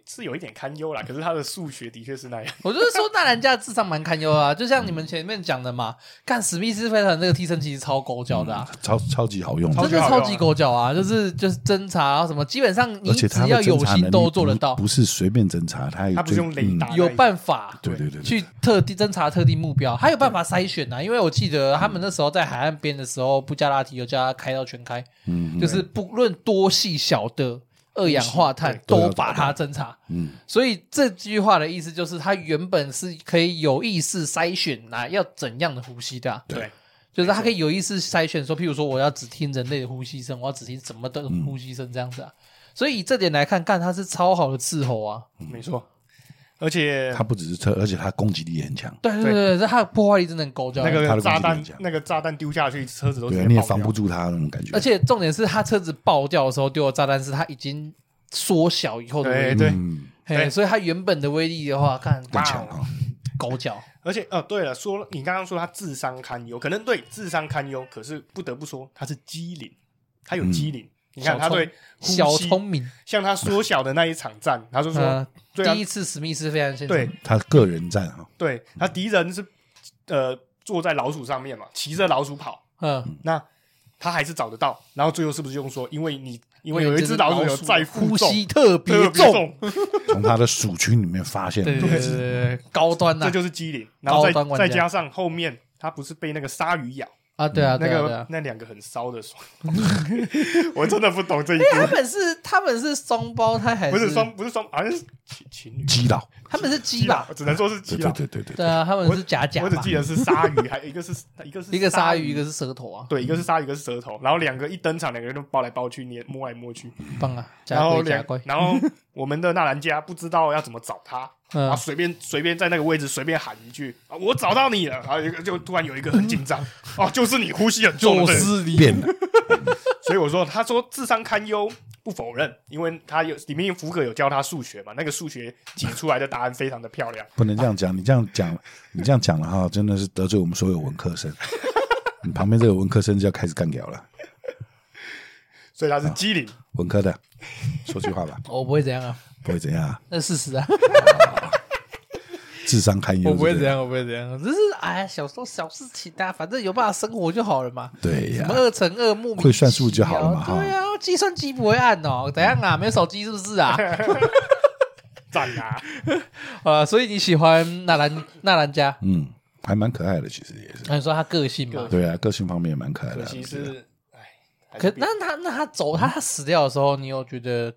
是有一点堪忧啦。可是他的数学的确是那样，
我就是说，纳兰家的智商蛮堪忧啊，就像你们前面讲的嘛，干史密斯飞船这个替身其实超狗脚的啊。
嗯超超级好用的，
超
真
级
的
好
超
用啊
级狗脚啊！就是就是侦查啊什么，基本上你
而且
只
他
要
的
有
侦查
心
能
都
力
做得到
不，不是随便侦查，他
他
他
不是用雷达，，
嗯有办法
嗯对对对，对
去特地侦查特定目标，还有办法筛选啊呐、因为我记得他们那时候在海岸边的时候，布加拉提有叫他开到全开，
嗯
就是不论多细小的二氧化碳
对
都把它侦查。
嗯，
所以这句话的意思就是，他原本是可以有意识筛选呐、要怎样的呼吸的啊、
对，
就是他可以有意识筛选说，譬如说我要只听人类的呼吸声，我要只听什么的呼吸声这样子
嗯
啊。所以以这点来看，干他是超好的斥候啊，
没错。而且
嗯他不只是车，而且他攻击力也很强，
对对对对，他的破坏力真的很高招。
那个
他的攻击
炸弹
力很，强
那个炸弹丢下去，车子都直
对啊，
接
你也
爆
防
掉
不住他那种感觉，
而且重点是他车子爆掉的时候丢的炸弹是他已经缩小以后的威力，
对哎对，哦
嗯，
嘿
对
所以他原本的威力的话，看哇
更强啊，
狗脚，
而且呃，对了，说了你刚刚说他智商堪忧，可能对智商堪忧，可是不得不说他是机灵，他有
嗯
机灵。你看他对呼吸
小聪，明。
像他缩小的那一场战，他 就说，
呃，
对啊
第一次史密斯非常现场
对
他个人战啊，
对，他敌人是呃坐在老鼠上面嘛，骑着老鼠跑，
嗯，
那他还是找得到。然后最后是不是用说，因为你因为有一
就
只
是
老鼠有
啊
在
呼
负重，
吸特别
特别
重，
重，
从他的鼠群里面发现，
对对对对对，高端呐
这就是机灵。然后
高端
再
玩家
再加上后面他不是被那个鲨鱼咬，
啊，对啊，
那
对啊，对
个
啊。
那两个很骚的爽， 我真的不 懂这一
他
部。
们是他们是双胞胎还
不是双，不是双，好像是情情侣
击倒，
他们是鸡吧？
只能说是
对
基
对
佬。
对对对
对啊，他们是假假
我只
吧？
记得是鲨鱼，还一个是一个是
一个鲨
鲨
鱼，一个是舌头啊，
对，一个是鲨鱼，一个是舌头。然后两个一登场，两个人都抱来抱去，你也摸来摸去。
棒啊！
然
假
后
龟假
两
龟，，
然后我们的纳兰家不知道要怎么找他，然后
嗯，
随便随便在那个位置随便喊一句啊，我找到你了。然后一个就突然有一个很紧张，哦，就是你呼吸很重
宙
的这个人，
斯里
变了，
所以我说，他说智商堪忧，不否认，因为他有里面福格有教他数学嘛，那个数学解出来的答案非常的漂亮。
不能这样讲，你这样讲，你这样讲了哈，真的是得罪我们所有文科 生，你旁边这个文科生就要开始干掉了，
所以他是机灵，
文科的，说 句话吧，
我不会怎样啊，
不会怎样啊，
那事实啊，
智商堪忧，
我不会
对
怎
对
样，我不会怎样，只是哎，小时候小事情啊，反正有办法生活就好了嘛。
对
什
呀
么，二乘二莫名
会算数就好了嘛
其妙
哈
对啊，计算机不会按哦，怎样啊？没有手机是不是啊？
赞啊！
呃，所以你喜欢纳兰纳兰家？
嗯，还蛮可爱的，其实也是。
那你说他个性嘛？
对啊，个性方面也蛮可爱的
可
啊。
惜
我觉得
是，哎，还是
可
别
那他那他走他他死掉的时候，你有觉得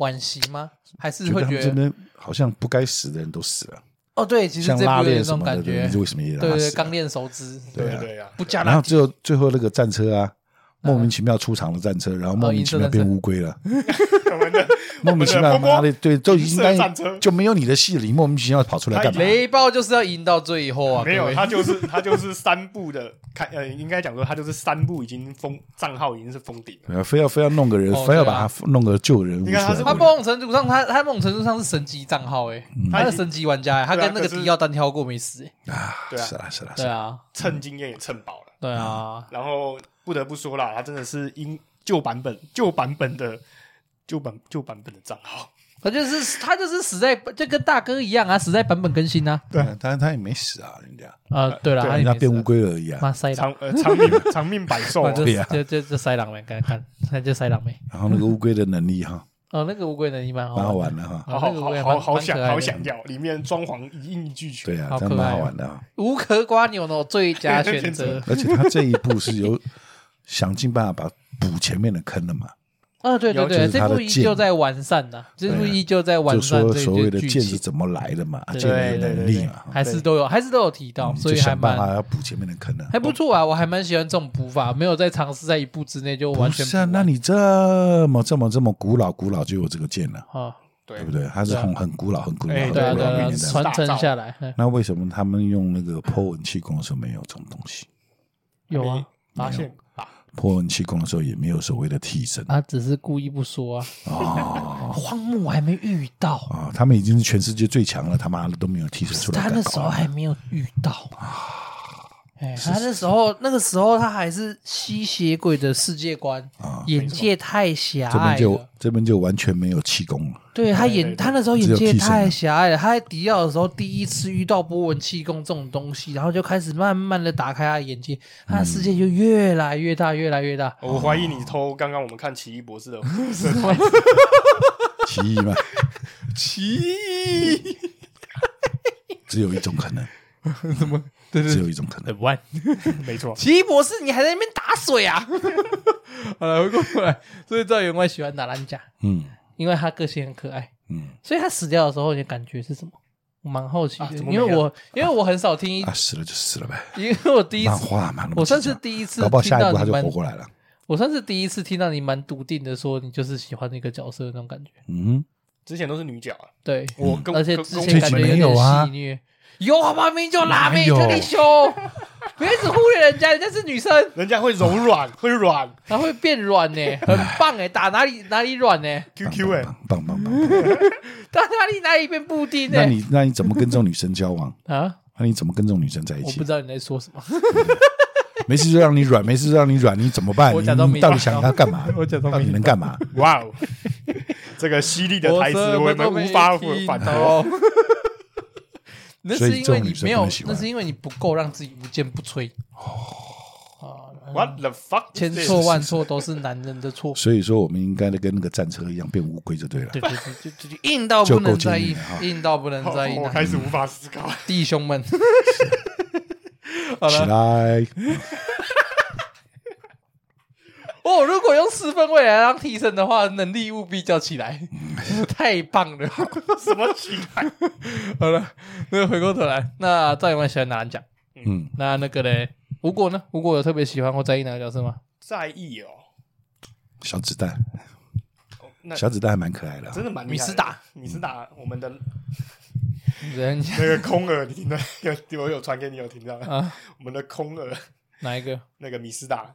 惋惜吗？还是会
觉
觉
得他们这
得
边好像不该死的人都死了，
哦？对，其实
像
这部
拉
有点
链
这
什
种
么的
感觉
人，，为什么也让
对
他
对，
死
刚
了？
练手指，
对
对
啊
对啊，
不加
然
拉
后最后最后那个战车啊，莫
嗯
名其妙出场了战车，然后莫名其妙变乌龟了，
我们的
哦
莫 名其妙
我们的波波
妈的对，就
银
应
色
该
战车
就没有你的戏里，莫名其妙跑出来干嘛？
雷暴就是要赢到最后啊！
没
各
有，
位
他就是他就是三部的开呃，应该讲说他就是三部已经封账号已经是封顶了，
对啊非要非要弄个人
哦，
非要
对啊
把他弄个救人物出
你看他是
他
来
某。种程度上，他他某种程度上是神级账号哎、他
他已
是
经
神级玩家哎、他
对啊
跟那个
可是
迪奥单挑过没死哎、
啊，
对啊
是啦是啦，是
对
啦
啊，
蹭经验也蹭饱了。
对啊，
然后不得不说啦，他真的是因旧版本旧版本的旧版旧版本的账号，
他就是他就是死在就跟大哥一样啊，死在版本更新啊。
对啊，但是他也没死啊，人家
啊，对了，
对
他也
人家
没
变
死
乌
啊，
龟了而 已啊。
妈塞狼，
长呃长命 长命百寿、
那
啊。
就
对啊
就就就塞狼没，看看，那就塞狼没。
然后那个乌龟的能 力哈，
哦，那个乌龟能力蛮好
蛮好
玩的，
玩的哈。
好
啊
好
那个我
好
也
好
蛮
好
蛮
想
可爱
好
的
想要，里面装潢一应俱全。
对啊，
好
这
可
样蛮
爱
好
哦
玩的 啊。
无壳瓜牛的最佳 选择。
而且他这一步是有想尽办法把补前面的坑了嘛，
啊，对对
就
对，
是
这
它的
部依
剑
旧在完善呐，这部
对啊
依旧在完
就
善
说
这
所谓的
些剧
剑是
情，
怎么来的嘛，啊
对
剑人的能力嘛，哈
还是都有，还是都有提到，
嗯
所以
就
还
想办
蛮
法要补前面的坑了。
还不错啊，我还蛮喜欢这种补法，没有在尝试在一步之内就完
不
全
是啊，
补
那
完
你这么这么这么古老古老就有这个剑了，
啊，
对
对不对？它是
对啊
从很古老很古老
哎
很古
对啊
老
对啊
的
对啊，
年代
传。
传承下来嗯
那为什么他们用那个波纹气功的时候没有这种东西？
有啊，
发现啊
波纹气功的时候也没有所谓的替身
他只是故意不说啊。
哦
荒木还没遇到，
啊！他们已经是全世界最强了，他妈的都没有替身出来
他那
干
时候
搞。
还没有遇到。
啊
哎，他那时候，那个时候他还是吸血鬼的世界观
啊，
眼界太狭
这
隘
边就
了。
这边就完全没有气功了。
对他
对对
眼，
对
他那时候眼
只有
界
替身啊
太狭隘了。他在迪奥的时候，第一次遇到波纹气功这种东西，然后就开始慢慢的打开他的眼界，他的世界就
嗯
越来越大，越来越大。
我怀疑你偷刚刚我们看《奇异博士》的
奇异嘛，
奇异，
只有一种可能，
对
只有一种可能。
万。
没错，
奇异博士，你还在那边打水啊？ 好了，回过头来，所以赵员外喜欢打蓝甲，
嗯
因为他个性很可爱，
嗯，
所以他死掉的时候，你的感觉是什么？我蛮好奇的，
啊怎么没
因为我因为我很少听，
啊，死了就死了呗，
因为我第一
漫
次，
画嘛，那么
我算
紧
是
张
第一次
搞不好
听
下一
到
步他
你
就
蛮
活，过来了。
我算是第一次听到你蛮笃定的说你就是喜欢那个角色的那种感觉，
嗯，
之前都是女角啊，
对，
我跟
而且
跟
之
跟
前感觉
这集没
点
有啊
戏虐，有好吧，明明就辣妹
哪有
特立修，不要一直忽略人家，人家是女生，
人家会柔 软，会软
她会变软呢、很棒哎、打哪里哪里软呢、
棒
QQ 哎，
棒棒 棒棒棒。
到哪里哪里变布丁呢、
那你那你怎么跟这种女生交往？
啊，
那你怎么跟这种女生在一
我不
起
知？道你在说什么，
没事就让你软，没事就让你软，你怎么办？
我
你
假装
你
没
到底
听
想
到
她干嘛？
我假装
到底能干嘛？
哇哦，这个犀利的台词我们无法反驳。
驳。那
所
是
以
因
这
为
种
你
女生
没
不
有
能喜，欢
那是因为你不够让自己无坚不摧。哦，啊，
What the fuck？
千
is
错
this？
万错都是男人的错。
所以说，我们应该跟那个战车一样变乌龟就对了
对。对对对对，硬到不能在
就够
意
坚定了哈，
硬到不能在意
哦我
呢，
开始无法思考。
弟兄们。
起来，
哦，如果用四分位来当替身的话，能力务必叫起来， 太棒了。
什么奇怪？
好了，那回过头来，那赵员外喜欢哪人讲？
嗯，
那那个嘞，吴果呢？吴果有特别喜欢或在意哪个角色吗？
在意哦，
小子弹，
那
小子弹还蛮可爱的啊。
真的蛮厉害的
米斯达，
米斯达，我们的
人家
那个空耳，你听到有我有传给你，有听到？
啊，
我们的空耳
哪一个？
那个米斯达，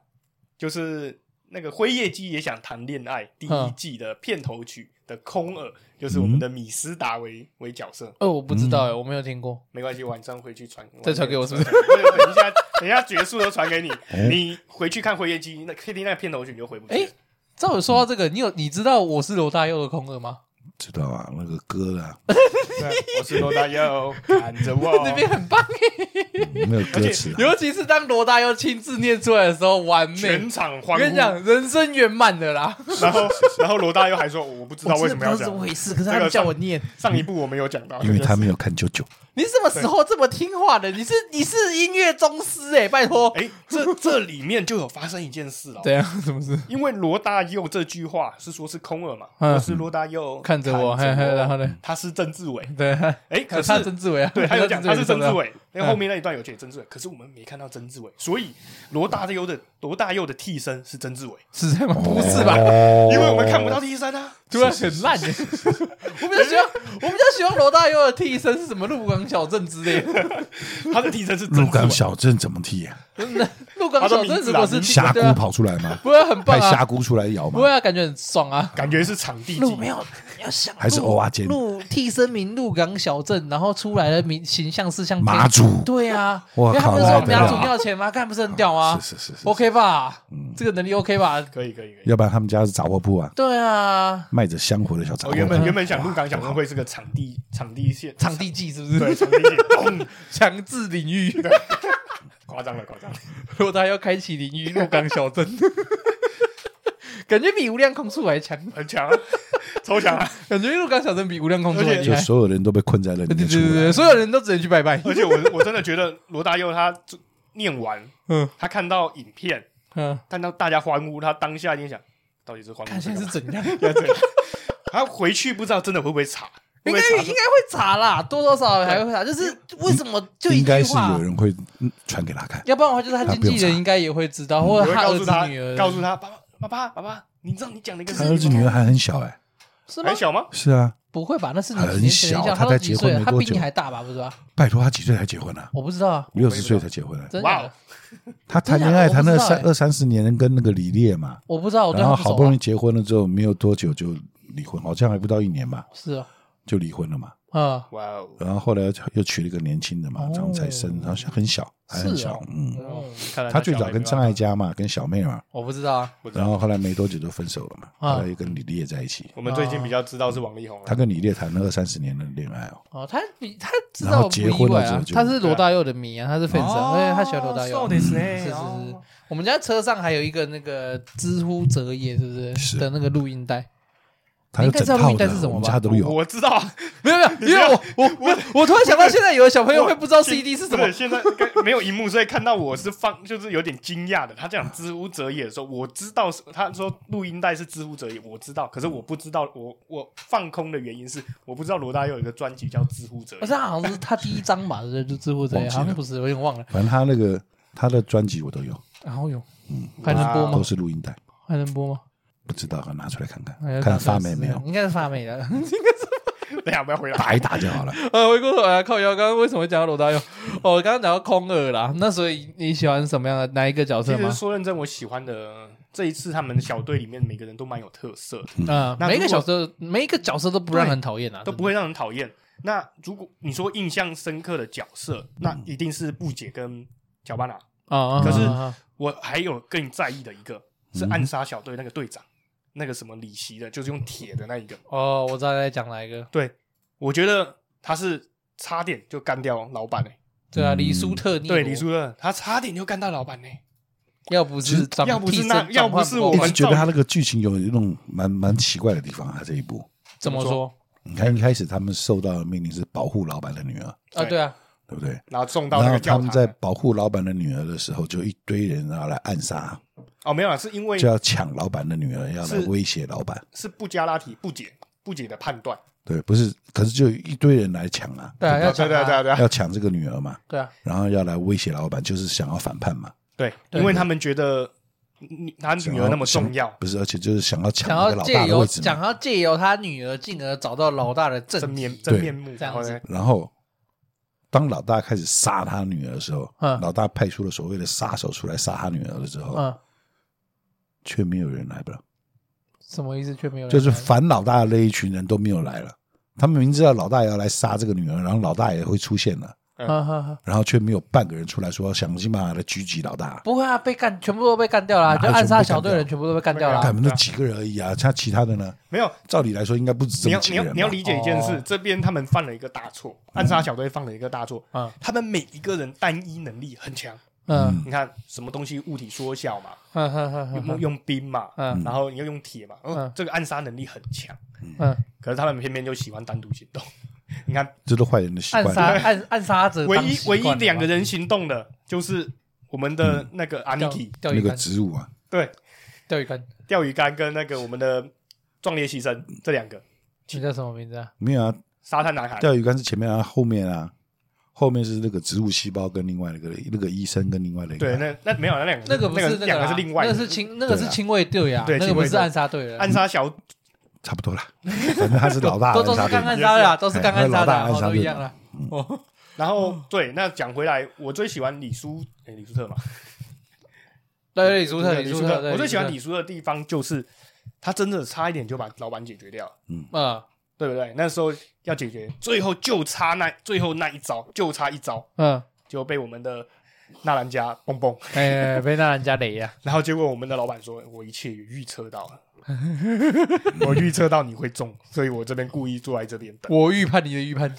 就是那个《辉夜姬也想谈恋爱》第一季的片头曲的空耳，就是我们的米斯达为为角色。
哦，我不知道哎，我没有听过。
没关系，晚上回去传，
再传给我是不是
对？对对等一下，等一下结束都传 给你。
哎
你回去看《辉夜姬》，那可以听那个片头曲，你就回不去了。
哎照理说到这个，你有你知道我是罗大佑的空二吗？
知道啊，那个歌啊，
对 我是罗大佑，看着我
那边很棒 哎，
没有歌词啊，
尤其是当罗大佑亲自念出来的时候，完美
全。场
我
欢
跟你
呼。
讲，人生圆满的啦。
然后， 然后罗大佑还说：“我不知道为什么 要
我真的不
这
知道怎么
样。
回事，可是他们叫我念。”
上一部我们有讲到，
因为
就是
他没有看九 九。
你什么时候这么听话的？你是你是音乐宗师哎，拜托。
哎，这这里面就有发生一件事哦。
啊怎样？什么事？
因为罗大佑这句话是说是空耳嘛，
嗯
我是罗大佑，
看着我，嘿
看
嘿
着我
然后呢，
他是曾志伟，
对，
哎，可是
他曾志伟啊，
对，他有讲他是曾
曾
志
伟嗯
伟，因为后面那一段有写曾志伟，可是我们没看到曾志伟，所以罗大佑的罗大佑的替身是曾志伟，
是这样吗？不是吧？
因
因为我们看
哦
不到替身啊。
突然很烂耶！我比较喜欢，我比较喜欢罗大佑的替身是什么鹿港小镇之类的。
他的替 身是
啊
鹿
曾志
港
伟，
小镇怎么剃啊？
真的鹿港小镇如果是替
峡
对
谷
啊，
跑出来吗？
不会很棒
派峡
啊，
谷出来摇
不
吗
会？啊，感觉很爽啊。
感觉是场地
鹿
技
没有，你要想
还是
鹿
蚵仔煎
鹿替身名鹿港小镇，然后出来的名形象是像
马祖，
对啊，因
我
为他
靠
们说
那
拿
对啊
主要钱吗？干不是很屌吗
是是是 是
？OK 吧，
嗯
这个能力 OK 吧？
可以可以可以。
要不然他们家是杂货铺啊，
对啊，
卖着香火的小杂
我
哦
货
原本
铺。
原本想鹿港小镇会是个场地场地线
场地技是不
对
是？
场地线，砰
强制领域，
夸张了夸张了。
如果他要开启领域鹿港小镇， 感觉比无量控速还强，
很强、啊，超强、啊！
感觉鹿港小镇比无量控速还厉
就
害。
所有人嗯都被困在那里
对对
面出
对
不来
对，，所有人都只能去拜拜。
而且我我真的觉得罗大佑他念完，
嗯
他看到影片，
嗯，
看到大家欢呼，他当下一定想，到底是欢呼
看
这
现
个
在是
吗？
怎样，
对对，他回去不知道真的会不会查，会不
应
会
该
查
应该会查啦，多多少少还会查，就是为什么就一
应该
句
是
话
有。人会嗯传给他看。
要不然的话，就是他经纪人应该也会知道，或
我
者
会
他
告
儿
诉
子
他
女儿，
告诉他爸爸爸爸爸爸，你知道你讲的一个
他儿子女儿还很小哎，
是吗
还？小吗？
是啊，
不会吧？那是你
很
几年前的
小
印象
他
他
才
都几
结
岁
婚
了
没
他
多
比你
久
还大吧？不是吧？
拜托他几岁才结婚啊？
我不知道啊，
六十岁才结婚啊。
真的
哇
假
哦
的，
他谈
真的
恋
假的
爱谈
我不知道
了三
欸
二三十年，跟那个李烈嘛，
我不知道，我对
然
他不
后
熟啊
好不容易结婚了之后，没有多久就离婚，好像还不到一年吧，
是啊，
就离婚了嘛。
嗯，
哇哦，
然后后来又娶了一个年轻的嘛
哦，
然后才生，然后很小，还很
是
小
哦，
嗯。
看来
他最
小
早
孩
跟
没办法
啊
张艾嘉嘛，跟小妹嘛，
我不知道啊，
不知
然
道。
后后来没多久就分手了嘛，
啊
后来又跟李烈在一起。
我们最近比较知道是王力宏
他
了，
跟李烈谈了二三十年的恋爱哦，
哦，他比他知
然
道
后
我不
结
意
婚了
外
之
啊
后，就
他是罗大佑的迷啊，他是粉丝，
哦
因为他喜欢罗大佑
そう。です
是
ね
是是
哦，
我们家车上还有一个那个知乎折页，是不是
是
的那个录音带？
他有整
你
套
应该知道录音带
的
是，什
我
么吧
们家都有。
我知道，
没有没有，因为我我我我突然想到，现在有的小朋友会不知道 CD 是什么
对，，现在该 没有荧幕，所以看到我是放，就是有点惊讶的。他这样知乎者也的时候，我知道是他说录音带是知乎者也，我知道，可是我不知道，我我放空的原因是我不知道罗大佑有一个专辑叫知乎者
我
也。
这好像哦是他第一张吧，对，就知乎者页，
忘记
好像
了
不是，我有点忘了。
反正他那个他的专辑我都有，
然后有，
嗯
还能播
哦
吗
都？是录音带，
还能播吗？
不知道要拿出来看看
哎，
看发霉没
打
有
死，了应该是发霉了。
等一下不要回
啊
答，
打一打就好 了。
呃，回过头来靠腰，刚刚为什么会讲到罗大佑？哦，刚刚讲到空耳啦。那所以你喜欢什么样的哪一个角
其
色
实
吗？
说认真，我喜欢的这一次他们小队里面每个人都蛮有特色的，
嗯，
那
每一个
如果
角色，每一个角色都不让人讨厌啊，
都不
会。
会让人讨厌。那如果你说印象深刻的角色，那一定是布姐跟乔巴纳。
啊，
可是
啊啊
我还有更在意的一
嗯
个是暗杀小队那个队长，那个什么里奇的，就是用铁的那一个。
嗯
哦，我知道在讲哪一个。
对，我觉得他是差点就干掉老板嘞、欸
对啊，
嗯
李舒特逆罗，
对，李叔乐，他差点就干掉老板欸嘞、
要不是长
要不是
替身
那
转换
要不是我
过
一
来
直
们
觉得他那个剧情有一种蛮蛮奇怪的地方啊，他这一部。
怎么说
你看一开始他们受到的命令是保护老板的女儿，
啊？
对
对啊，
对不对？
然后送到
然
那
后他
个教
们
堂。
在保护老板的女儿的时候，就一堆人要来暗杀，
哦，没有啊，是因为
就要抢老板的女儿，要来
是
威胁老板。
是布加拉提不解不解的判断。
对，不是，可是就一堆人来抢啊，
对啊，要
对
讲
对
他
对对对
要抢这个女儿嘛，
对啊，
然后要来威胁老板，就是想要反叛嘛，
对，因为他们觉得嗯他
想
女
要
儿那么重要
想，不是，而且就是想要抢
想要
那个老
借
大的
由
位置嘛。
想要借由他女儿，进而找到老大的正
真面
题。
真
对
面目，
这样
然后
子
呢
然后，当老大开始杀他女儿的时候，
嗯
老大派出了所谓的杀手出来杀他女儿的时候，
嗯，
却没有人来了，
什么意思？却没有人
就是
来
反老大的那一群人都没有来了。他们明知道老大也要来杀这个女儿，然后老大也会出现了，
哈哈哈
然后却没有半个人出来说想尽办法来狙击老大。
不会啊，被干，全部都被干掉了，
哪
就
有
暗杀
全
小
部被干掉
队的人全部都被干掉
啊
了
干
被干。
我们那几个人而已啊，他其他的呢？
没有。
照理来说应该不止这
你
么
要
几
你
个
要
人啊
你要
吧？
理解一件事
哦，
这边他们犯了一个大错，暗杀小队犯了一个大错。
嗯
他们每一个人单一能力很强，
嗯
你看什么东西物体缩小嘛，
嗯嗯
用用冰嘛，
嗯
然后你要用铁嘛，
嗯
嗯，这个暗杀能力很强，
嗯，
可是他们偏偏就喜欢单独行 动。你看，
这都坏人的习
暗
惯。
杀暗暗杀者
唯
当
一
习
唯
惯了吧，嗯
一两个人行动的就是我们的那个阿尼
钓
基，
钓
那
鱼
个
竿，
植物啊，
对，
钓鱼竿，
钓鱼竿跟那个我们的壮烈牺牲这两个，
你叫什么名字啊？
没有啊，
沙滩男孩，
钓鱼竿是前面啊，后面啊，后面是那个植物细胞跟另外那个那个医生跟另外的一个，
对，那那没有那两个，
那个
个
不是
那
那
两
个啦
个是另外
那
的，
个是亲，那个
对
是
啊
亲卫队啊，
对
那个不
亲卫
是
队
暗杀队了，
暗杀小
差不多啦。反正他是老 大，
都都是
暗杀
刚
队
暗
哎
杀的啊，都是刚暗杀的
老大
啊，
暗
哦
杀
都
队
一样啦。哦，
然后对，那讲回来，我最喜欢李舒，哎，李舒特嘛，
呃
对，李舒特，
李
舒
特，
对
我最喜欢
舒
李舒特的地方就是他真的差一点就把老板解决掉了，
特，嗯
对不对？那时候要解决，最后就差那最后那一招，就差一招，
嗯，
就被我们的纳兰家蹦蹦，
哎，被那人家雷呀，
然后结果我们的老板说，我一切也预测到 了，我预测到你会中，所以我这边故意坐在这边等。
我预判你的预判，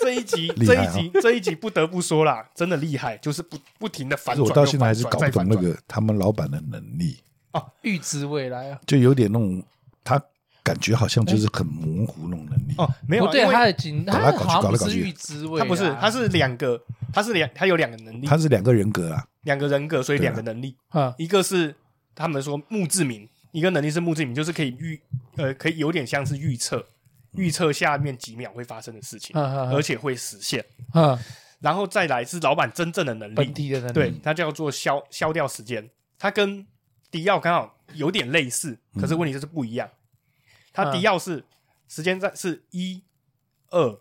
这一集，
厉
这
害
一
啊
集，这一集不得不说啦，真的厉害，就是不不停的反
但是我
转又反转，
到现在还是搞不
再
懂
反
那
转
个他们老板的能力，
预知未来啊。
就有点那种他感觉好像就是很模糊那种能力。
哦，没有
不
啊，
对，
因为
他的警，
搞
他
来搞去
好
搞
像
来
不
搞
是
去
预知未来
他
啊，
不是，他是两个，他是两，他有两个能力，
他是两个人格啊，
两个人格，所以
对啊
两个能力，
嗯
一个是他们说墓志铭，一个能力是墓志铭，就是可以预，呃，可以有点像是预测，预测下面几秒会发生的事情，
嗯
而
嗯
且会实现。
嗯，
然后再来是老板真正的能
本
力，
地的人
对，
嗯
它叫做消消掉时间，它跟迪奥刚好有点类似，
嗯
可是问题就是不一样。
嗯
它迪奥是时间在是一二，然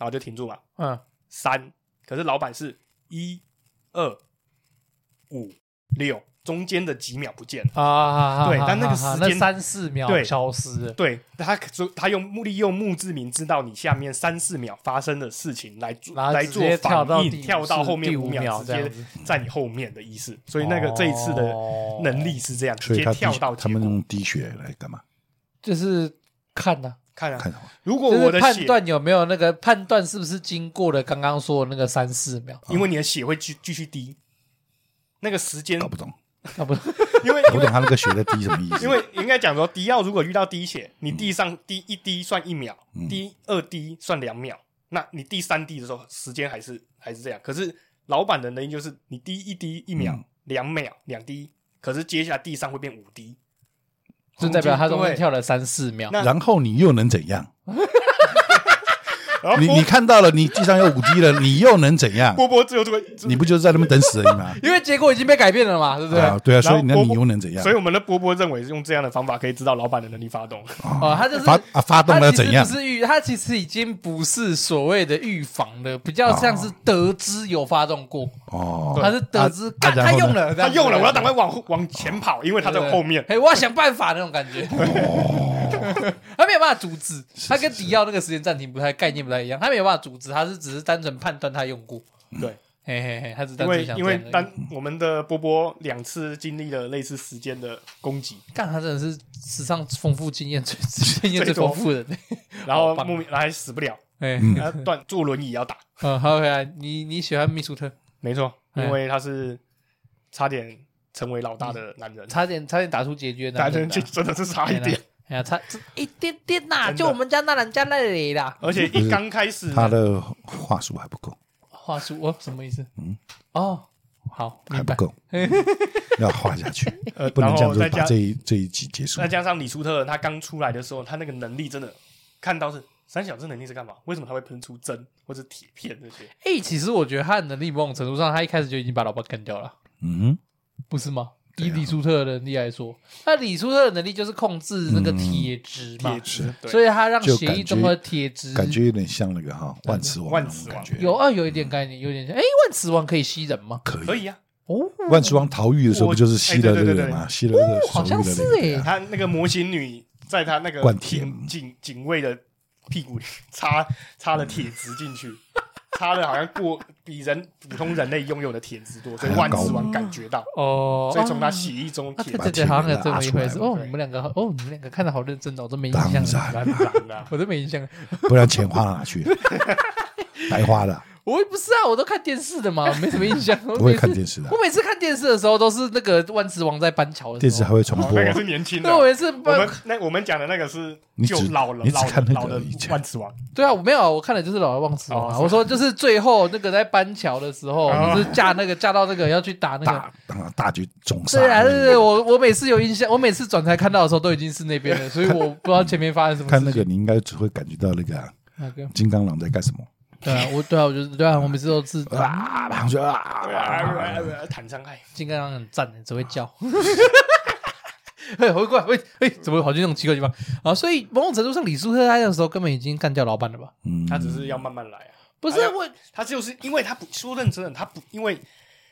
后就停住嘛，
嗯
三，可是老板是一二五六，中间的几秒不见了。
啊啊啊，
对
啊
但那
啊
个
啊
时
那
间
三四秒
对
消失了，
对他，所以他用目利用墓志铭知道你下面三四秒发生的事情来做
然后
来
直
做
接
反
跳到
应，
第五
跳到
是
后面
第
五
五
秒，
秒
直
这
接
样子
在你后面的意思。所以那个这一次的
哦
能力是这样，直
所以
接
他低
跳到
他
结
们
果。
用滴血来干嘛？
就是看呐，
看啊，
看什么？
如果
就
我
是
的
判
血，
断有没有那个判断是不是经过了刚刚说的那个三四 秒，
因为你的血会继继续滴，那个时间
搞，不懂，
啊不，
因为
搞不懂他那个血在 滴什么意思？
因为应该讲说，迪奥如果遇到滴血，你滴
嗯
上滴一滴算一秒，滴二滴算两秒，那你滴三滴的时候，时间还是还是这样。可是老板的能力就是，你滴一滴一秒
嗯、
两秒、两滴，可是接下来第三会变五滴，
就代表他中间
对
跳了三四秒
那，
然后你又能怎样？
然后
你
波
你看到了，你地上有五滴了，你又能怎样？
波波只有这个，只
你不就是在那边等死而已 吗？
因为结果已经被改变了嘛，对不对？
啊，对啊，
然后
所以那
波
你
波
又能怎样
所？以我们的波波认为用这样的方法可以知道老板的能力发 动。
哦，他就是
发啊发动了
他其实
怎样
不是预，他其实已经不是所谓的预防了，比较像是得知有发动过，
哦，
他是得知干
啊然
他
后呢
用了，这
他
样子
用了，我要赶快往往前跑，因为他在后面。
哎，我要想办法那种感 觉。他没有办法阻止，他跟迪奥那个时间暂停不太概念不太一样，他没有办法阻止，他是只是单纯判断他用过，
对，
嘿嘿嘿，他只是
因
单
为
纯想
因
这
为
样而已
当我们的波波两次经历了类似时间的攻击，
干他真的是史上丰富经验最 经验最丰富的人，
然后
好棒
莫名然后还死不了，
哎，
嗯
他断坐轮椅也要打，
嗯，好，回来，你你喜欢秘书特，
没错，
嗯
因为他是差点成为老大的男人，
差点差点打出结局的
男
男
人
人
就
啊，
真的是差一点，
哎呀，差这一点点呐，
真的
就我们家那人家那里啦。
而且一刚开始
他的话术还不够，
话术哦，什么意思？嗯，哦，好，
还
明
不
白。
够，要画下去，
呃，
不能
然
这样
后
就
再
把
加
这一这一集结束
再。加上李舒特他刚出来的时候，他那个能力真的看到是三小这能力是干嘛？为什么他会喷出针或者铁片这些？
哎，其实我觉得他的能力某种程度上，他一开始就已经把老板干掉了，
嗯，
不是吗？
啊
以李舒特的能力来说，那李舒特的能力就是控制那个
嗯
铁质嘛
铁，质，对
所以他让
就
协
感
议
觉
中的铁质
感觉有点像那个哈万磁王
万
那种
磁
感
王
觉，
有啊，有一点概念，有点像。哎，万磁王可以吸人吗？
可
可
以。
以啊，
哦，
万磁王逃狱的时候不就是吸了这个人吗？吸了这个啊
好像是
手狱的那
哎
个，
他那个模型女在他那个
灌铁
警警警卫的屁股里插插了铁质进去，插的好像过比人普通人类拥有的铁质多，所以
还要
万磁
高
王感觉到，
哦，
所以从他血液中
啊，
铁
对
质
对对，好像有这么
把铁给
一
拉出
回
来
事。
嘛
哦，你们两个好，哦，你们两个看的好认真哦，我都没印
当
象了，
然
燃燃了。
我都没印象了。
啊不然钱花到哪去？白花的。
我也不是啊，我都看电视的嘛，没什么印象。我
我
每
也
次
看电视的啊
我，每次看电视的时候都是那个万磁王在搬桥的时候
电视还会重
哦
播
那个
啊。
是年轻的
对，。我每次
我们
搬
那我们讲的那个是
你只
就老了，
你只
老
看
了
那个
老的
以前
万磁王，
对啊，我没有啊，我看的就是老来忘词王啊。
哦
我说就是最后那个在搬桥的时候，
哦
就是嫁那个嫁到那个要去打那个。
大大大局总杀
对啊，
那
对
个
对对，我我每次有印象，我每次转台看到的时候都已经是那边了，所以我不知道前面发生什么事
看
情。
那个，你应该只会感觉到那个啊
那个，
金刚狼在干什么
对啊，我对啊，我就是对啊，我每次都是
啊，然后就啊，
谈伤害。
金刚狼很赞的，只会叫。 哎，回过来，喂，哎，怎么会跑去那种奇怪的地方啊？所以某种程度上，李叔喝他的时候根本已经干掉老板了吧？
嗯，
他只是要慢慢来啊，
不是
哎呀
我，
他就是因为他不说认真的，他不因为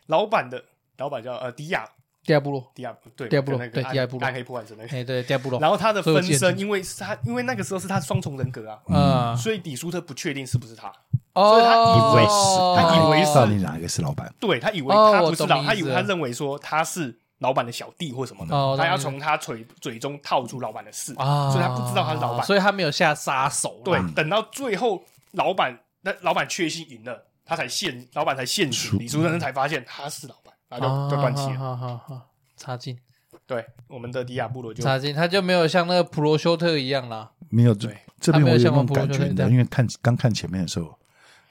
老板的老板叫呃迪亚
第二部落，
迪亚对
迪亚布洛
跟那个
对
暗
迪亚布洛
暗黑破坏者那个，
哎，对，第二部落，
然后他的
所
分
以我记得
身，
是
因为是他因为那个时候是他双重人格啊，
嗯，
所以李舒特不确定是不是他，
哦，
以他
以为
哦
是，
他以为是
到底哪一个是老板？
对他以为
哦
他
我
不是
懂
老，
你
他
意
以为
思
他
了
认为说他是老板的小弟或什么的，
哦我懂
他要
你意思
从他嘴嘴中套出老板的事，
啊，
所以他不知道他是老板
所以他没有下杀手。
对，，等到最后老板那老板确信赢了，他才现老板才现
输
实，李叔生才发现他是老板，然
啊
后就就断气了。
好好好，插进
对，我们的迪亚布罗就
插进，他就没有像那个普罗修特一样啦。
没有，这
对
这边
他没
我
有
有
像
那
王
种感
博
觉
说的这
的，
样
因为看刚看前面的时候，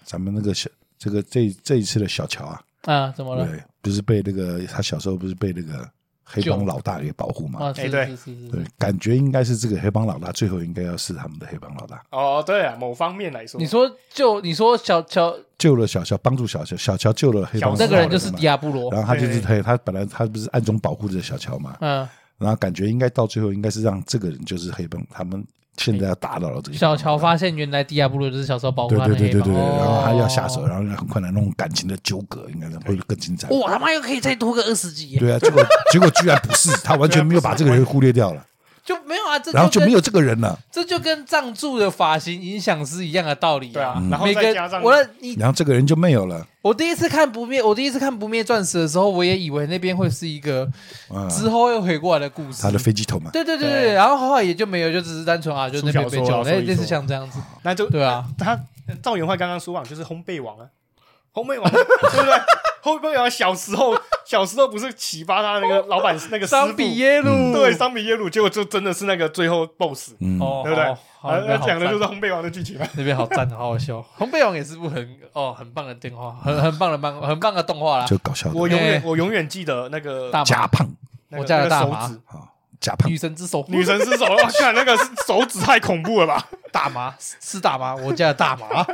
咱们那个小这个这这一次的小乔啊，
啊，怎么了？
对，不是被那个他小时候不是被那个黑帮老大给保护嘛
啊，？是
对
是是
对
是。，
感觉应该是这个黑帮老大最后应该要是他们的黑帮老大
哦，对啊，某方面来说，
你说就你说小小
救了小乔，帮助小乔，小乔救了黑帮老大
那
嘛
个人就是迪亚布罗，
然后他就是
对对
他，他本来他不是暗中保护着小乔嘛，
嗯，
然后感觉应该到最后应该是让这个人就是黑帮，他们现在要打倒了这个黑帮
小
老大
乔发现原来迪亚布罗就是小时候保护
对
他
对
的
对
黑帮，
对对，
哦
然后他要下手，然后很快来弄感情的纠葛，应该会更精彩。
哇，他妈又可以再多个二十集耶，
对啊，结 果结果居然不是，他完全没有把这个人忽略掉了，
就没有啊，这
然后就
跟
没有这个人了，
这就跟藏柱的发型影响是一样的道理
对啊，然后
嗯每
再
个
加上
我的你
然后这个人就没有了。
我第一次看不灭，我第一次看不灭钻石的时候，我也以为那边会是一个
啊，
之后会回过来的故事。
他的飞机头嘛，
对对对对，
嗯对
对然后后来也就没有，就只是单纯啊，就那边被
书
救
小
了，
说啊
类
所以说嗯
类似像这样子，
那就
对啊，
他赵元焕刚刚说网就是烘焙王啊，烘焙王 对不对？烘焙王小时候小时候不是启发他那个老板那个师
桑
傅
比耶路，
嗯对桑比耶鲁，结果就真的是那个最后 BOSS，
嗯，
哦，
对不对
好？好，那
他
边好
讲的
赞
就是烘焙王的剧情 啊。
那边好赞，好好 笑。红背王也是部很哦很棒的动画，很很棒的漫，很棒的动画啦。
就搞笑的
我永远
哎
我永远记得那个
大
假胖
那个
我家的
那个
大
手
麻
指
啊，假胖
女神之手，
女神之手，哇，看那个是手指太恐怖了吧？
大麻是是大麻，我家的大麻。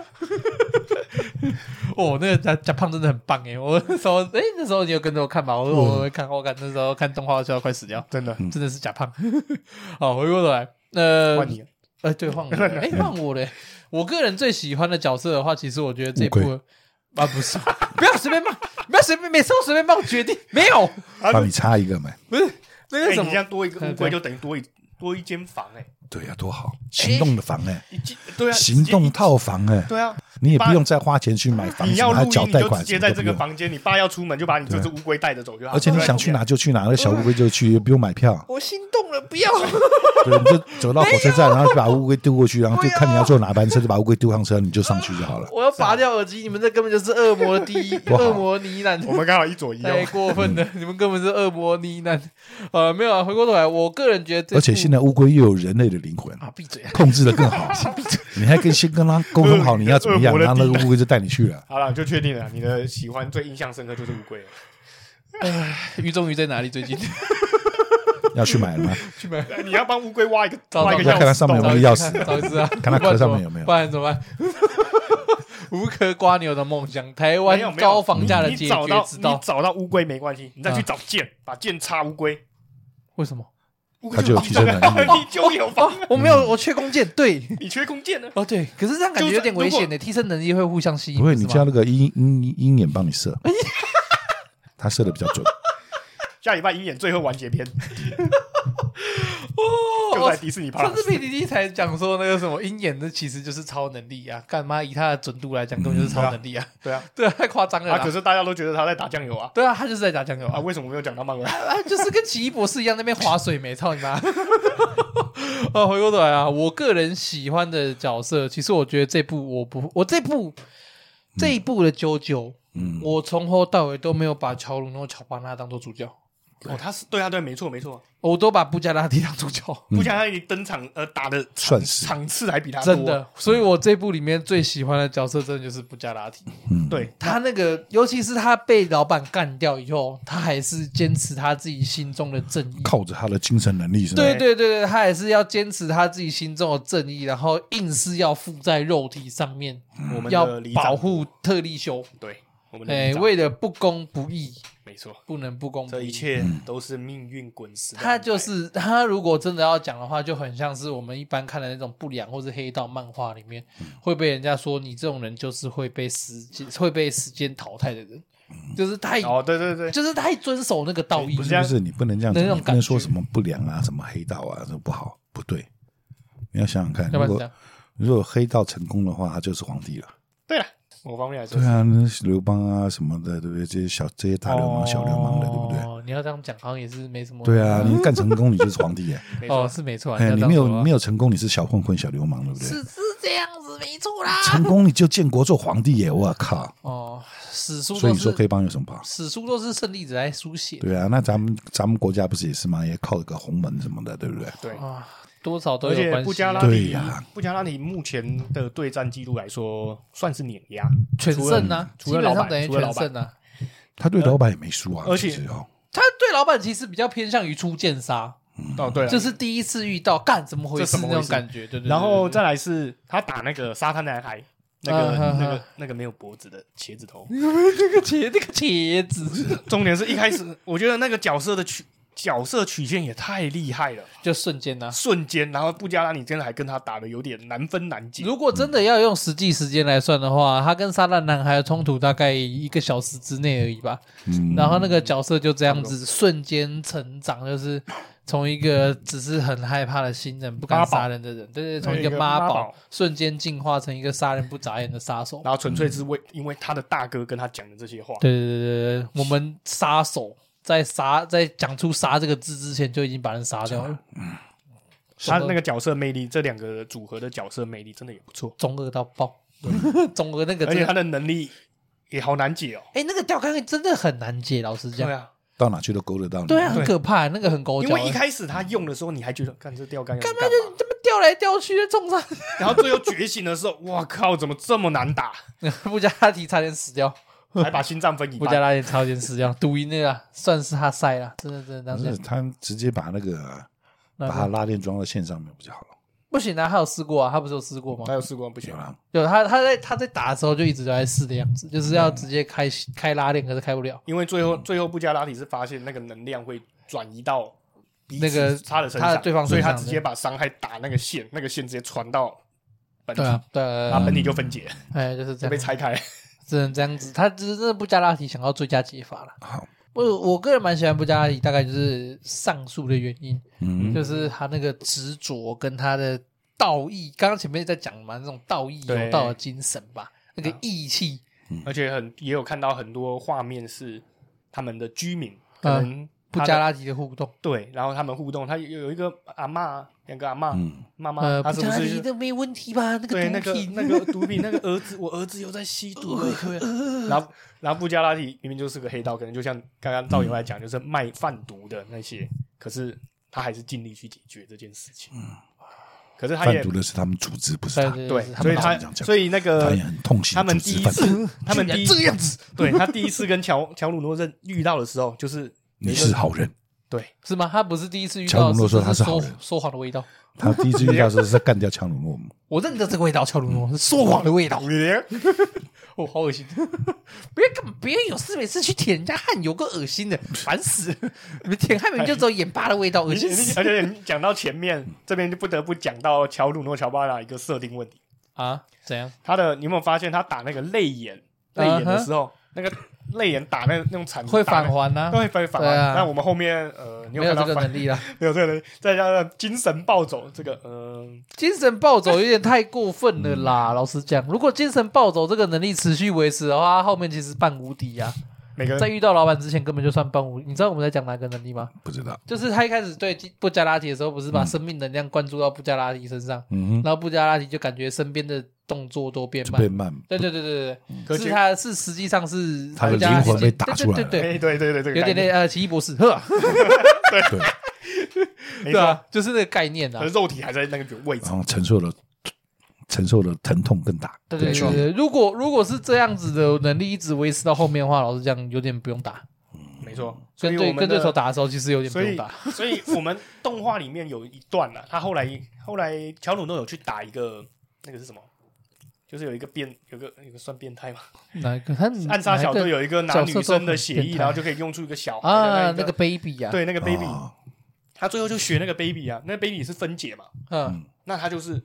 哦，那个贾贾胖真的很棒哎！我那时候哎，那时候你有跟着我看吧？我
哦
我会看，我看那时候看动画就要快死掉，
真的，
真的是贾胖。 好，回过头来，呃
换，你了
呃，对，换我 了，哎，换我嘞！我个人最喜欢的角色的话，其实我觉得这
乌
部
龟
啊，不是， 不要随便骂，不要随便，每次都随便帮我决定，没有，
帮你插一个嘛，
不是那
哎，
个
你
什
这
么，
样多一个乌龟就等于多一多一间房哎，
对呀，多好，行动的房哎，
一进对啊，
行动套房哎，
对啊，
你也不用再花钱去买房
你
子，
要录
还
音
缴
你
贷
就
款
直
什
接
么
在
都
这
不
个
用，
房间，你爸要出门就把你这只乌龟带着走就好。
而且你
对啊
想去哪？就去哪，那个小乌龟就去，又不用买票。
我心动了，不要。
对，你就走到火车站，然后就把乌龟丢过去，然后就看你要坐哪班车，就把乌龟丢上车，你就上去就好了。
我要拔掉耳机，你们这根本就是恶魔的第一
好
恶魔呢
我
喃，
们刚好一左一右，
太过分
嗯
了！你们根本是恶魔呢 喃。呃，没有啊，回过头来，我个人觉得这部，
而且现在乌龟又有人类的灵魂，
啊，闭嘴啊！
控制的更好。你还可以先跟他沟通好你要怎么样，
恶魔的
然后那个乌龟就带你去了。
好了，就确定了，你的喜欢最印象深刻就是乌龟了。
于中于在哪里？最近
要去买了吗？
去买，
你要帮乌龟挖一个
找
挖一个
找
要看它
钥匙
上面有
洞
找
没有
一
钥
只
匙
看找一 只啊，
看它壳上面有没有
不然怎么办？ 不然怎么办无壳瓜牛的梦想，台
没有
湾
没有
高房价的
你
解
找
决
到
之
你
道。
找到乌龟没关系，你
嗯
再去找剑，把剑插乌龟，
为什么？
乌
它
龟
就有提升能力了。嗯
你就有
哦
房，，
我没有，我缺弓箭。对，
你缺弓箭呢。
哦对，可是这样感觉有点危
就是
险
如
的，替身能力会互相吸引。
不会，你
是吗
叫那个鹰鹰鹰眼帮你射，他射的比较准。
下礼拜鹰眼最后完结篇就
哦
在，迪士尼
上
Plus。
次 p d d 才讲说那个什么鹰眼，那其实就是超能力啊！干妈以他的准度来讲，根本就是超能力啊！
对啊，
对啊，太夸张了
啊，可
啦！
是大家都觉得他在打酱油啊，
对啊，他就是在打酱油
啊，
啊，
为什么没有讲到漫威？
啊就是跟奇异博士一样那边划水没，操你妈！啊，回过头来啊，我个人喜欢的角色，其实我觉得这部我不，我这部这一部的九九，
嗯，
我从头到尾都没有把乔鲁诺乔巴纳当做主角，
哦，他是对啊，对，没错，没错，
我都把布加拉提当主角，
不加他你登场呃打的
嗯算是
场次还比他多
真，的。所以我这部里面最喜欢的角色，真的就是布加拉提。
对
嗯
他那个，尤其是他被老板干掉以后，他还是坚持他自己心中的正义。
靠着他的精神能力是吧？
对对对对，他还是要坚持他自己心中的正义，然后硬是要附在肉体上面，
我们
要
的里
保
长，
护特利修。
对，我们的
哎，
里长，
为了不公不义，
没错，
不能不公不
这一
义。
切
嗯
都是命运滚石的安排，
他就是他，如果真的要讲的话，就很像是我们一般看的那种不良或是黑道漫画里面
嗯
会被人家说你这种人就是会被时间会被时间淘汰的人，就是太
哦，对对对，
就是太遵守那个道义
不
不是
是这样
不是，你不能这样
那
讲，
种
你不能说
感觉
什么不良啊，什么黑道啊，这不好，不对。你要想想看，
要不然是
如
这
哦
果
样，
如果黑道成功的话，他就是皇帝了。
对了，某方面来说
对，啊，那是刘邦啊什么的，对不对？这些小这些大流氓、小流氓的，对不对？
哦，你要这样讲，好像也是没什么。
对啊，你干成功你就是皇帝耶！
没
哦，
错，
是没错啊，
哎，
你
你
要
没
这样说
有
啊
没有成功，你是小混混、小流氓，对不对？
是是这样子，没错啦。
成功你就建国做皇帝耶！我靠！
哦，史书
所以
都
你说
是
黑帮有什么不好？
史书都是胜利者来书写的
对啊，那咱们咱们国家不是也是吗？也靠一个洪门什么的，对不对？
对。
啊，多少都
而
有
且
关
布
系
加
啊。
拉
对
提
呀，
布加拉提目前的对战记录来说，算是碾压，
全胜啊，基
除了
本
老
上
板
等于
除了
全
老板
胜啊。
他对老板也没输啊，
而且
其实哦，
他对老板其实比较偏向于出剑杀，
哦，对啊，
就是第一次遇到干怎么回
这
事
怎么
那
回
种
事
感觉，对对对。
然后
对
再来是他打那个沙滩男孩，那个、
嗯哼
那
哼
个那个没有脖子的茄子头。
这个茄这个茄子
重点是一开始， 我觉得那个角色的曲角色曲线也太厉害了，
就瞬间啊呐。
瞬间，然后布加拉你真的还跟他打的有点难分难解。
如果真的要用实际时间来算的话，他跟撒旦男孩的冲突大概一个小时之内而已吧。
嗯，
然后那个角色就这样子瞬间成长，就是从一个只是很害怕的新人、不敢杀人的人，对对，对从一个妈
妈
宝
宝
瞬间进化成一个杀人不眨眼的杀手。
然后纯粹是为因为他的大哥跟他讲的这些话，
对对对对对，我们杀手在杀在讲出“杀”这个字之前就已经把人杀掉 了，
他那个角色魅力，这两个组合的角色魅力真的也不错，
中二到爆， 中二那个
而
真
且他
的，
的能力也好难解哦。
哎，那个吊杆真的很难解，老实
对
讲，
啊，
到哪去都勾得到你。
对啊，很
对
可怕，那个很啊狗
因
脚，
为一开始他用的时候，你还觉得看这钓竿要干嘛？
这么吊来吊去的 冲上，
然后最后觉醒的时候，哇靠，怎么这么 难打？
布加拉提差点死 掉。
还把心脏分一
布加
半。
拉也超前死掉， 嗯赌赢那个算是他赛了，真的真的
但
当
是
时
他直接把那个
那
把他拉链装到线上面不就好了？
不行啊，他有试过啊，他不是有试过吗
还？有试过不行
对，吧？
有他他在他在打的时候就一直都在试的样子，就是要直接开开拉链，可是开不了。
因为最后
嗯
最后布加拉提是发现那个能量会转移到彼
那个
此他的身
他
上，
的对方身
所以他
上
直
的
接把伤害打那个线，那个线直接传到本体，
对啊，对啊，对
然后
啊
本体就分解，
哎，就是这
就被
样，
拆开。
只能这样子。他只是真的布加拉提想要最佳解法了。
好，
我我个人蛮喜欢布加拉提，大概就是上述的原因，
嗯，
就是他那个执着跟他的道义，刚刚前面在讲嘛，那种道义
对
有道的精神吧，那
啊
个义气，
而且很也有看到很多画面是他们的居民可能
嗯布
他的
加拉提的互动。
对，然后他们互动，他有有一个阿嬷，两个阿嬷
嗯
妈妈，
呃，
她
布
是
加
不
拉提
是
都没问题吧？那个
对，那
毒
个
品，
那 个毒品，那个儿子，我儿子又在吸毒了，对然后然后布加拉提明明就是个黑道，可能就像刚刚赵友来讲，就是卖贩毒的那些，可是他还是尽力去解决这件事情。可是他
嗯贩
也
毒的是他们组织，不是
对
他，
对对，，
对所以
们
他
老是这样讲
所以那
他
个
也很痛心
呃他们
组
第
织
一
贩毒。
次，他们
居然
第一
这样子
对他第一次跟乔乔鲁诺认遇到的时候，就是
你是好人，
对
是吗？他不是第一次遇
乔
到，
鲁诺说
这
他是好
说
人
说谎的味道。
他第一次遇到是是干掉强弩诺姆，
我认得这个味道，乔鲁
嗯
诺是说谎的味道。哦，好恶心！别干，别有事没事去舔人家汗，有个恶心的， 烦死了！你们舔汗明明就只有眼巴的味道，恶心死
而且 你讲到前面这边就不得不讲到乔鲁诺乔巴拉一个设定问题。
啊！怎样？
他的你有没有发现他打那个泪眼泪眼的时候那个泪眼打那那种铲子
啊会
打那
返还呢？
对会返
对
还。
啊
那我们后面呃，你
没
看
有
到
这个
返
能力啦，
没有这个能力，再加上精神暴走这个，嗯、
精神暴走有点太过分了
嗯
啦。老实讲，如果精神暴走这个能力持续维持的话，他后面其实半无敌呀。啊
每个
在
人
遇到老板之前根本就算半无。你知道我们在讲哪个能力吗？
不知道，
就是他一开始对布加拉提的时候，不是把生命能量灌注到布加拉提身上，
嗯哼，
然后布加拉提就感觉身边的动作都变
就
慢
被。慢，
对对对对
可
对，
是
是他是实际上是
他的
布加拉提
灵魂被打出
对
来了
对对
哎，对对对，这
对，
个
有点类
类，
呃奇异博士，呵，
对，
没
对
错，
啊，就是那个概念啊
可是。肉体还在那个位置
然。后承受了承受了疼痛更大，
对对
更剧
对
烈，
对，如果如果是这样子的能力一直维持到后面的话，老实讲有点不用打，
没错，所
嗯跟
以
对
我们
跟
的
对手打的时候其实有点不
所
用
以
打。
所以我们动画里面有一段啊，他后来后来乔鲁诺有去打一个那个是什么？就是有一个变，有个有个算变态嘛，
嗯哪一个？他
暗杀小队有一个拿
角色
女
都
生的
很
血
变
液，
态
然后就可以用出一个小孩
啊，
的
那
一
个 baby 啊，
对那个 baby，
哦
他最后就学那个 baby 啊，那个 baby 是分解嘛，
嗯，
那他就是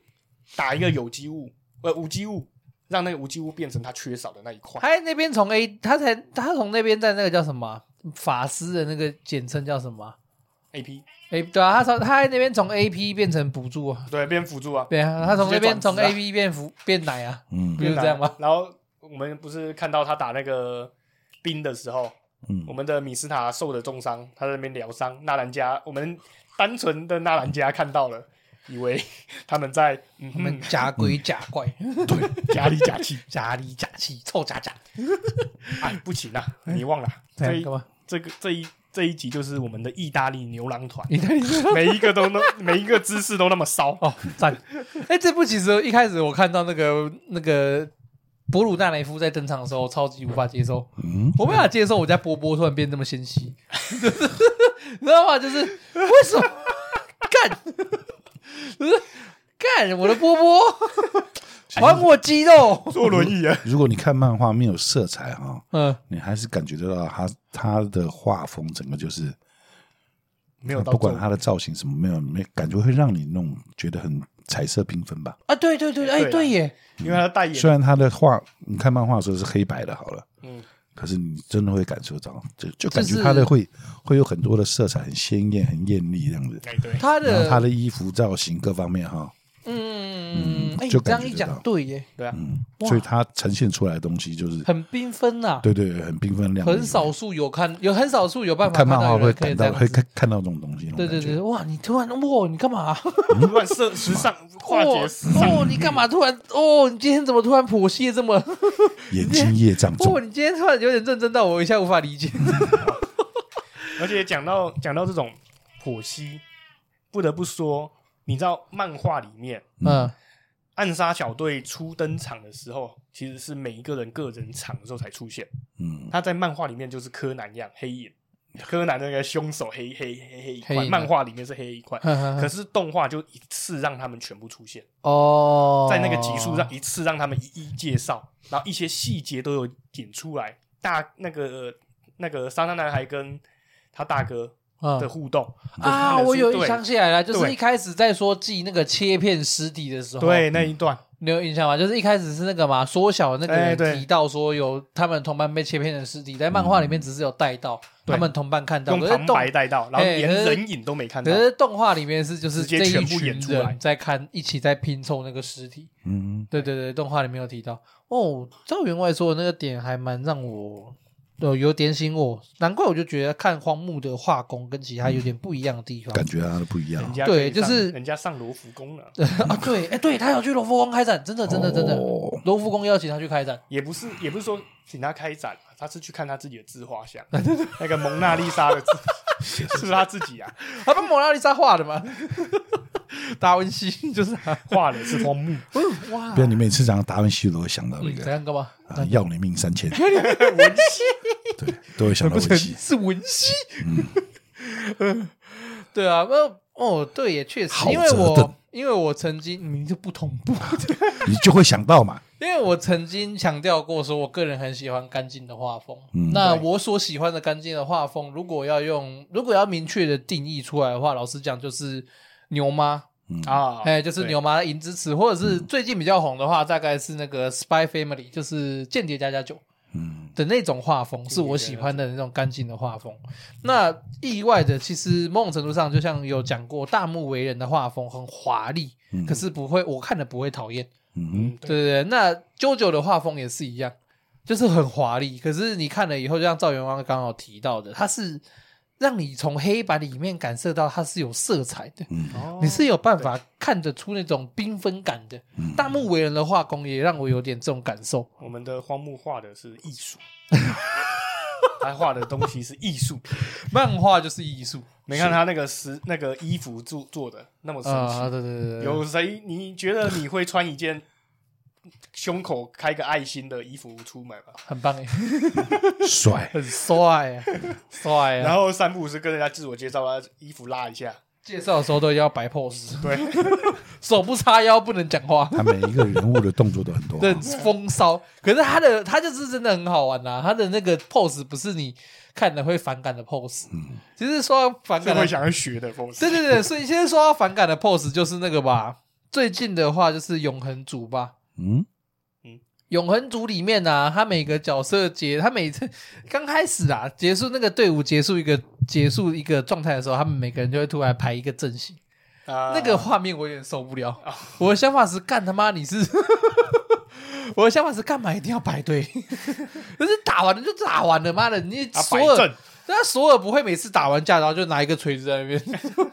打一个有机物，呃，无机物，让那个无机物变成他缺少的那一块。
他嗯那边从 A，他才他从那边在那个叫什么啊法师的那个简称叫什么啊？
A P
哎，对啊，他从他在那边从 A P 变成补助啊，
对，变辅助啊，
对啊，他从那边
直接转
从
职啊
A P 变辅变奶啊，
嗯
不就是这样吗？
然后我们不是看到他打那个兵的时候，
嗯
我，们的米斯塔受了重伤，他在那边疗伤。纳兰加，我们单纯的纳兰加看到了，以为他们在嗯
我们
哼
假鬼假怪，
假里假气，
假里假气，臭假假，
哎，不行啊，你忘了这
这样
一
干嘛？
这个这一这一集就是我们的意大利牛郎 团，
你在里面
每一个都那 每一个姿势都那么骚，
哦，赞！哎，这部其实一开始我看到那个那个博鲁纳雷夫在登场的时候，我超级无法接受。
嗯，
我没法接受我家波波突然变那么纤细，你知道吗？就是为什么干，就是干我的波波，还我肌肉。
坐轮椅啊，
如果你看漫画没有色彩哈、
嗯，
你还是感觉得到他他的画风整个就是，
没有到
不管
坐
他的造型什么，没有没感觉会让你那种觉得很彩色缤纷吧。
啊，对对对，哎，
对啊
对耶，
因为他代言
虽然他的画，你看漫画的时候是黑白的，好了，
嗯，
可是你真的会感受到，就就感
就
觉
是
他的会会有很多的色彩，很鲜艳、很艳丽这样子。
哎对，
他
然
的
后他的衣服造型各方面哈，
嗯，哎，你
就
这
感
样
觉
一
得
讲
到，
对耶，
对啊，
嗯，
哇
所以他呈现出来的东西就是，
很缤纷呐，
对对，很缤纷亮丽。
很少数有看，有很少数有办法
看漫
到
画
有
会
人可以这
感到
样
会
子。
看看到这种东西，那种
对对
感觉
对，，哇！你突然哇，你干嘛？
突然时时尚 化解
哦
时尚，
哦，你干嘛突然？ 哦，你今天怎么突然剖析得这么？
眼睛业障重
哦，，你今天突然有点认真到我一下无法理解。
而且讲到讲到这种剖析，不得不说，你知道漫画里面
嗯，
暗杀小队初登场的时候，其实是每一个人个人场的时候才出现。
嗯，
他在漫画里面就是柯南一样黑影，柯南那个凶手黑黑黑黑
黑
一块，
影啊嗯
漫画里面是黑一块，可
可
是动画就一次让他们全部出现，
哦，
在那个集数上一次让他们一一介绍，然后一些细节都有点出来。大那个那个沙滩男孩跟他大哥的
嗯
互动就是他
啊，
们是
我有印
对
象起来了，就是
对
一开始在说记那个切片尸体的时候，
对，那一段，
你有印象吗？就是一开始是那个嘛，缩小那个
哎
人
对嗯
提到说有他们同伴被切片的尸体，在漫画里面只是有带到
对
他们同伴看到，
用
可是
旁
动
白带到，然后
哎
连
可是
人影都没看到
可。是动画里面是就是
直接
这一
全部演
群
出来
人在看，一起在拼凑那个尸体。
嗯，
对对对，动画里面有提到哦。照员外说的那个点还蛮让我有有点醒我，难怪我就觉得看荒木的画工跟其他有点不一样的地方。
感觉他的不一样
人
啊。
家
对
可以上
就是
人家上罗浮宫了，
啊，对，哎，对他有去罗浮宫开展，真的真的真的，
哦
罗浮宫邀请他去开展。
也不是也不是说请他开展，他是去看他自己的自画 像，那个蒙娜丽莎的自，是他自己啊
他不蒙娜丽莎画的吗？达文西就是他，
画的是荒木，
哇
不，然你每次讲达文西，都会想到那
嗯怎
个
样干嘛？
啊，要你命 三千，
文戏
对，都会想到
不
文
是
西。
是文熙。 对啊，那哦，对也确实，
嗯好
因为
折腾
我因为我曾经名字不同步，
你就会想到嘛，
因为我曾经强调过，说我个人很喜欢干净的画风。
嗯
那
对
我所喜欢的干净的画风，如果要用，如果要明确的定义出来的话，老实讲就是牛妈，
啊，
哎、就是牛妈的银之匙，或者
嗯
是最近比较红的话，大概是那个《Spy Family》，就是《间谍加加九》。
嗯，
的那种画风，是我喜欢的那种干净的画风。那意外的，其实某种程度上，就像有讲过，大木为人的画风很华丽，
嗯
可是不会，我看了不会讨厌。
嗯哼，
对，
对对对，那 JoJo 的画风也是一样，就是很华丽。可是你看了以后，就像赵元刚刚好提到的，它是让你从黑白里面感受到它是有色彩的，
哦
你是有办法看得出那种缤纷感的。大木为人的画工也让我有点这种感受。
我们的荒木画的是艺术，他画的东西是艺术品。
漫画就是艺术
你看他那个时那个衣服做做的那么神奇，
啊，对对对对，
有谁你觉得你会穿一件胸口开个爱心的衣服出门吗？
很棒耶，
帅，
很帅 啊，帅啊。
然后三不五时跟人家自我介绍，把衣服拉一下，
介绍的时候都要摆 pose，
对，
手不叉腰不能讲话，
他每一个人物的动作都很多，啊
对，风骚。可是他的他就是真的很好玩呐、他的那个 pose 不是你看了会反感的 pose，、其实说到反
嗯是
感
会
的，
想要学的风
对对对，所以先说到反感的 pose 就是那个吧，最近的话就是永恒族吧。
嗯，
永恒族里面啊，他每个角色结，他每次 刚开始啊，结束那个队伍结束一个结束一个状态的时候，他们每个人就会突然排一个阵型，
啊
那个画面我有点受不了。我的想法是，干他妈你是， 我的想法是干嘛一定要排队？ 可是打完了就打完了，妈的，你
啊
索
摆
尔，
正，
对啊，索尔不会每次打完架然后就拿一个锤子在那边，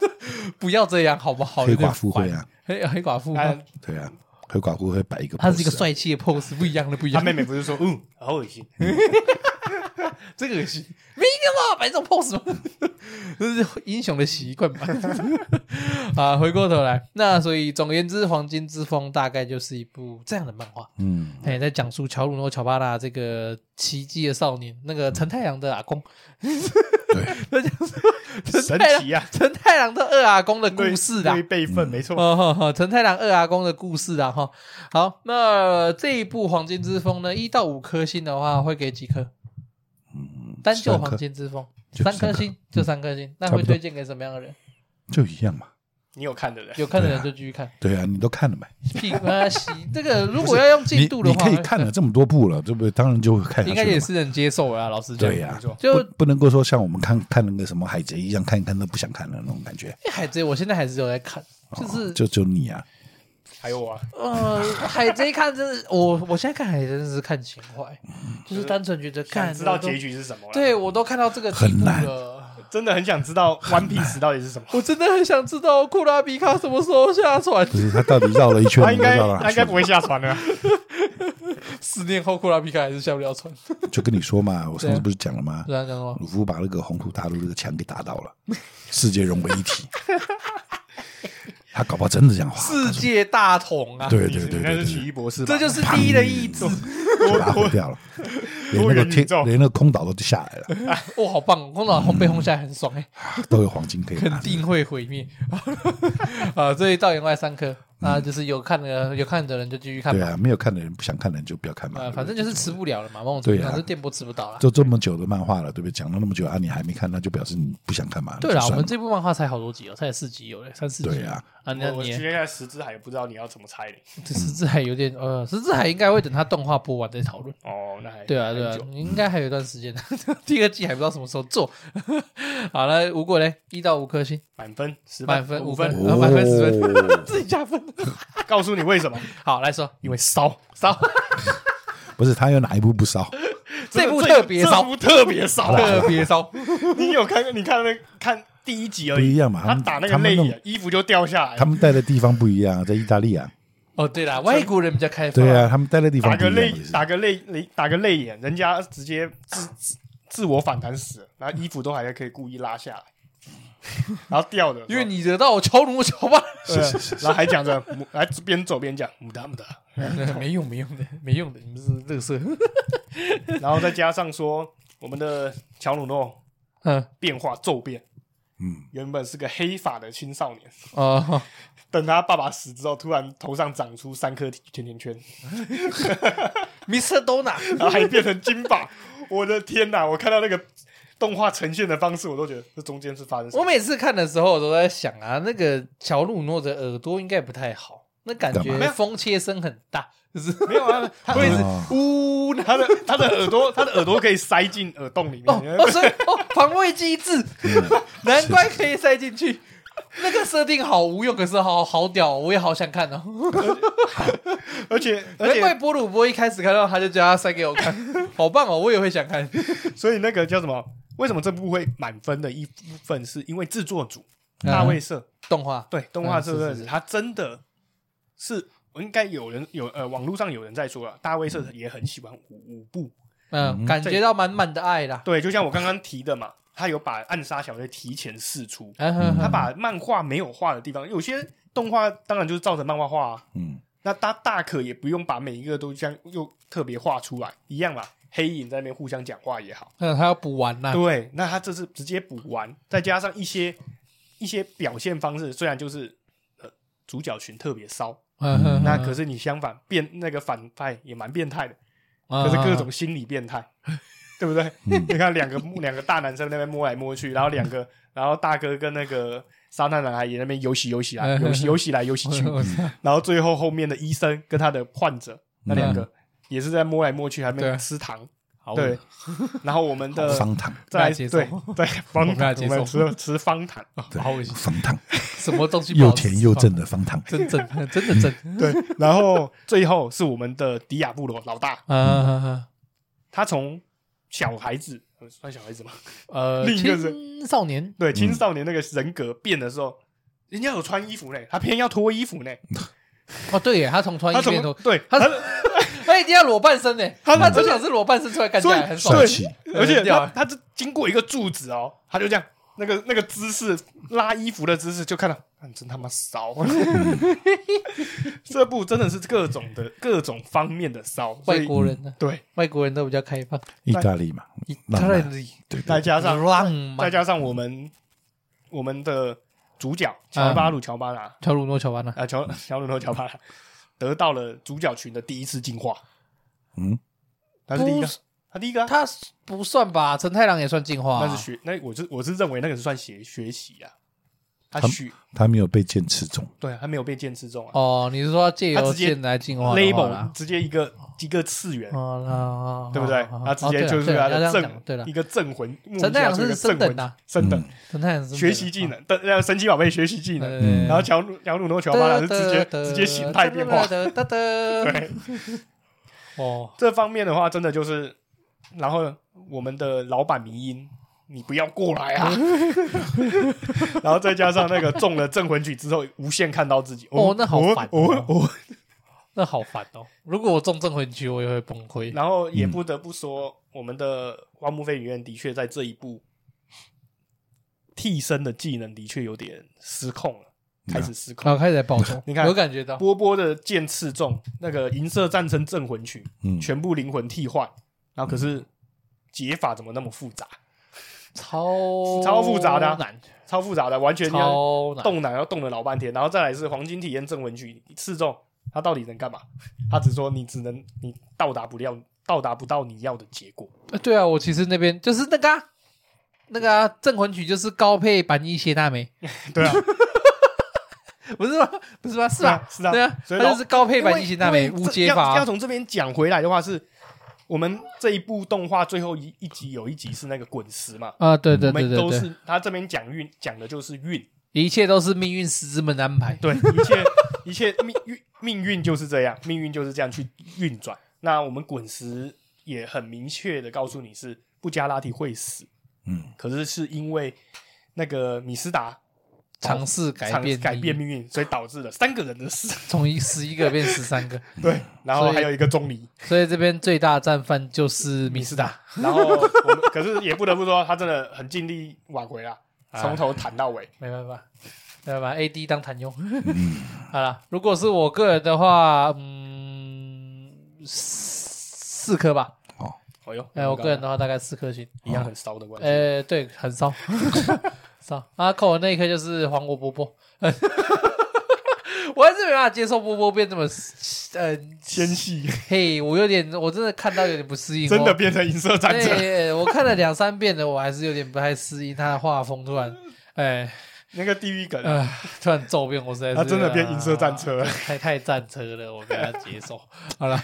不要这样好不好？
黑
哦有点
寡妇会啊，
烦， 黑黑寡妇吗，
他
对啊，黑寡妇会摆一个 pose 啊，
他是一个帅气的 pose，不一样的不一
他
样
妹，妹不是说嗯 好恶心，
这个恶心，没有啊，摆这种 pose 吗？ 这是英雄的习惯 吧？啊，回过头来，那所以总而言之，《黄金之风》大概就是一部这样的漫画。
嗯，
哎，在讲述乔鲁诺·乔巴纳这个奇迹的少年，那个陈太郎的阿公，
对，
那就是
神奇啊，
陈太郎的二阿公的故
对啊
事啦
对。辈分
嗯
没错，
哦，呵呵陈太郎二阿公的故事啊，哈。好，那这一部《黄金之风》呢，一到五颗星的话，会给几颗？
嗯，
单就《
三颗
黄金之风》
就
三
三
颗
颗
星，就三颗星。那
差
会
不多
推荐给什么样的人？
就一样嘛，
你有看的 人，
有看的
对啊
人就继续看。
对啊，你都看了没？
屁股啊，洗这 个如果要用
你
进度的
你
话，
可以看了这么多部了，对不对？当然就会看
应
下去
该
了嘛
也是能接受啊，老实讲。
对呀
没错，
就
不不能够说像我们看看那个什么海贼一样，看一看都不想看了那种感觉。
因为海贼，我现在还是有在看，就是
哦就就你啊，
还有我啊，
呃，海贼看真是我，我现在看海贼真的是看情怀，
嗯
就是单纯觉得看
想知道结，
我
局是什么
都
啦？
对我都看到这个地步了，
真的很想知道 One Piece 到底是什么。
我真的很想知道库拉比卡什么时候下船
不。是他到底绕了一 圈，
他应该
绕了哪
他应该
去
不会下船的啊，
十年后库拉比卡还是下不了 船，
就跟你说嘛，我
啊
上次不是讲了吗
是？这样讲吗？
鲁夫把那个红土大陆那个墙给打倒了， 世界融为一体。他搞不好真的这样画，
世界大同啊，
对
你
对
是
对
应该
对
是奇
对，
异博士吧，
这就是第一的意 志。
就把它毁掉了，连那
多
个
元宇
天
宙，
连那个空岛都下来了，
哇，好棒！空岛轰被轰下来很爽哎，
都有黄金可以拿
肯。定会毁灭 啊！所以到员外三颗
嗯
啊，就是有看的有看的人就继续看
对
吧，
啊，没有看的人不想看的人就不要看嘛
啊，。反正就是吃不了了嘛，某种程度
对啊
上是电波吃不到了。
就这么久的漫画了，对不对？讲了那么久啊，你还没看，那就表示你不想看嘛。
对啦，
就
我
算
们这部漫画才好多集哦，才有四集有嘞，三四集。
对啊，
啊，那
我我
你
现在十只海不知道你要怎么猜嘞。
这十字海有点呃，十字海应该会等它动画播完再讨论。
哦，那还
对啊，对啊
很久，
应该还有一段时间， 第二季还不知道什么时候做。 好了，那无果嘞，一到五颗星，
满分十
满分
五
五分，
分，
呃
哦
满分十分， 自己加分。
告诉你为什么？
好，来说
因为骚，
骚，
不是他有哪一部不烧？
这部
真的
特别
这
骚，
部特别骚。
特别骚，
你有看？你看那看第一集而
不一
已，
样嘛，
他
们
打那个
他们
泪
弄
眼，衣服就掉下来
他，们待的地方不一样，在意大利啊，
哦，对啦，外国人比较开放，
对，啊，他们待的地方
打
不一样
个泪
也，是。
打个泪，泪打个泪眼，人家直接自自自我反弹死了，然后衣服都还可以故意拉下来，然后掉的，
因为你惹到我乔奴乔巴，
对然后还讲着，母还边走边讲牡丹牡 丹，
没用没用的，没用的，你们是乐色。
然后再加上说我们的乔鲁诺
嗯，
变化骤变，
嗯，
原本是个黑发的青少年，
哦，
等他爸爸死之后，突然头上长出三颗甜甜圈，
Mr. Dona，
然后还变成金发。我的天哪！我看到那个动画呈现的方式，我都觉得这中间是发生什
我
么？
每次看的时候，我都在想啊，那个乔鲁诺的耳朵应该不太好，那感
干
觉
嘛
风切声很大，就是
没有啊，他
会一直
哦
呜
他的他的耳朵，他的耳朵可以塞进耳洞里面。
哦哦，所以哦防卫机制， 难怪可以塞进去。那个设定好无用，可是好好屌哦，我也好想看哦。
而且而
难怪
且
波鲁波一开始看到他就叫他塞给我看，好棒哦，我也会想看。
所以那个叫什么？为什么这部会满分的一部分，是因为制作组大卫社、
动画，
对动画
嗯
社
是
认
是
识，
是
他真的是我应该有人有呃，网络上有人在说了，大卫社也很喜欢五五部，
嗯，感觉到满满的爱啦。
对，就像我刚刚提的嘛，他有把暗杀小队提前试出，
啊呵
他
呵
把漫画没有画的地方，有些动画当然就是照着漫画画、啊，
嗯，
那他大可也不用把每一个都这样又特别画出来，一样嘛。黑影在那边互相讲话也好。
嗯，他要补完啦。
对，那他这是直接补完，再加上一些一些表现方式，虽然就是呃主角群特别骚，
嗯哼哼
那可是你相反变那个反派也蛮变态的，
嗯
可是各
嗯
种心理变态， 对不对？你看两个两个大男生在那边摸来摸去，然后两个然后大哥跟那个沙滩男孩也在那边游戏游戏来
嗯
游戏游戏来游戏去，
我知道
然后最后后面的医生跟他的患者那两个也是在摸来摸去，还
嗯对啊
没吃糖。
好
对， 然后我们的
方糖，
再来
不太接
对
受
对方
不太
糖，
接
我
受
们吃吃方糖，
对
好恶心，
方糖，
什么东西不好
又
吃哦
甜又正，的方糖，
真正嗯真的 正。
对，然后最后是我们的迪亚布罗老大，
啊啊啊
他从小孩子呃算小孩子吗？
呃，
另一个是
青少年，
对，青少年那个人格变的时候，人家有穿衣服呢，他偏要脱衣服呢，
哦，对耶，他从穿
他
衣
怎
变
么
头，
对
他
他？
他一定要裸半身呢，
他
他只想是裸半身出来干架
所以，
很爽
帅
对。
气，
而且
很屌
他
啊
他这经过一个柱子哦，他就这样那个那个姿势拉衣服的姿势，就看到，啊你真他妈骚！
嗯
这部真的是各种的各种方面的骚，所
外
以嗯
国人呢，啊
对，
外国人都比较开放，
意大利嘛，浪
他在
漫，
里
对
再
对，
加上
浪
再
漫。
加上我们我们的主角乔巴
嗯
鲁乔巴拿
乔鲁诺乔班纳，
啊乔乔鲁诺乔巴拿得到了主角群的第一次进化，
嗯，
他是第一
不
个
是，
他第一个啊，
他不算吧？陈太郎也算进化啊，
那是学那我是我是认为那个是算学学习啊，他
他
学
他没有被剑刺中，
对他没有被剑刺中啊
哦，你是说借
他
由
直接
剑来进化的话
，label
啦
直接一个一个次元。
哦那哦，
对不对
好好？好
他直接就是
哦对
他
了对了要
的
这样讲
正
对了
一，个正魂，目
陈太
前
郎
是一
是
个
升
正
等
魂
的，
升等
陈太郎是嗯
学习技能，但呃神奇宝贝学习技能，
能
然后乔鲁乔鲁诺乔巴拿是直接直接形态变化，
得得得
对，
哦，
这方面的话，真的就是，然后我们的老板迷音，你不要过来啊！ 然后再加上那个中了镇魂曲之后，无限看到自己，
哦
我
那好烦哦
我我我，
那好烦哦！如果我中正魂区，我也会崩溃。
然后也不得不说，我们的花木飞影院的确在这一步，替身的技能的确有点失控了，开始失控
然。后开始在暴走，
你看
有感觉到
波波的剑刺中，那个银色战争镇魂曲，
嗯，
全部灵魂替换，然后可是解法怎么那么复杂？
超
超复杂的啊
哦难，
超复杂的，完全要
超难。
动脑要动了老半天，然后再来是黄金体验正文句刺中，他到底能干嘛？他只说你只能你到达不了，到达不到你要的结果。
呃对啊，我其实那边就是那个啊那个啊，镇魂曲就是高配版一谢娜美，
对 啊，
不是吗？不是吗？是吧？
是啊
对啊，
所
它
以老
就是高配版一谢娜美
因为
无解法
要要
啊。
从这边讲回来的话是，我们这一部动画最后一一集有一集是那个滚石嘛，
啊，对对
我
对
们
对
都
对，
是他这边讲运讲的就是运，
一切都是命运师之门的安排。
对，一切一切命运命运就是这样，命运就是这样去运转。那我们滚石也很明确的告诉你是布加拉提会死，
嗯，
可是是因为那个米斯达
尝试改
哦尝
变
改变，命运，所以导致了三个人的死。
从一十一个变十三 个，
对，然
所
后
以
还有一个钟离
所以这边最大战犯就是米斯达。
然后我们可是也不得不说，他真的很尽力挽回啦，
哎
从头谈到尾。
没办法，没办法，AD 当弹用。 好了，如果是我个人的话，嗯，四四颗吧。
哎呦，
哎、我个人的话大概四颗星。
一样很骚的关系。
呃、对，很 骚，骚啊！扣我那一颗就是黄国波 波，我还是没办法接受波波变这么，呃，
纤细
嘿，我有点，我真的看到有点不适应，哦
真的
我
变成银色战争，
对，我看了两三遍了，我还是有点不太适应他的画风，突然，哎，
那个地狱梗，
呃，突然骤变，我实在是
他真的变银色战车了
啊太太战车了，我没办法接受。好了，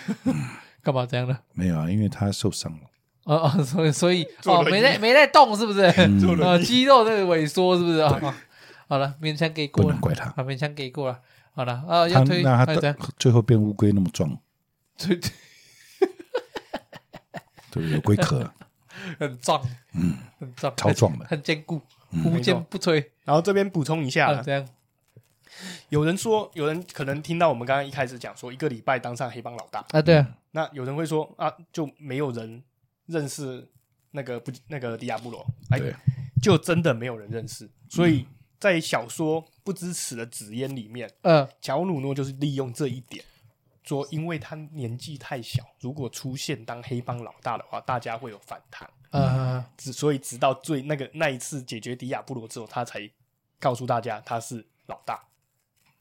干嘛这样呢？
没有啊，因为他受伤了，
哦哦，所以所以
坐
哦，
轮
没
椅
在没在动，是不是？
坐轮椅
呃，肌肉在萎缩，是不是啊？哦好了，勉强给
不
过了
能，怪他。
啊，勉强给过了。好了，啊，
他
要推，
那
哎
他
对
到最后变乌龟那么壮，
推推
对不对？有龟壳，
很壮，嗯，很壮，
超壮的
很坚固，无坚不摧
然后这边补充一下
啊，
啦，
这样
有人说，有人可能听到我们刚刚一开始讲说，一个礼拜当上黑帮老大，
啊，对啊，
那有人会说啊，就没有人认识那个不那个迪亚布罗，哎
对，
就真的没有人认识。所以在小说《不知耻的紫烟》里面，
呃，
乔努诺就是利用这一点，说因为他年纪太小，如果出现当黑帮老大的话，大家会有反弹。
呃，
只所以直到最那个那一次解决迪亚布罗之后，他才告诉大家他是老大。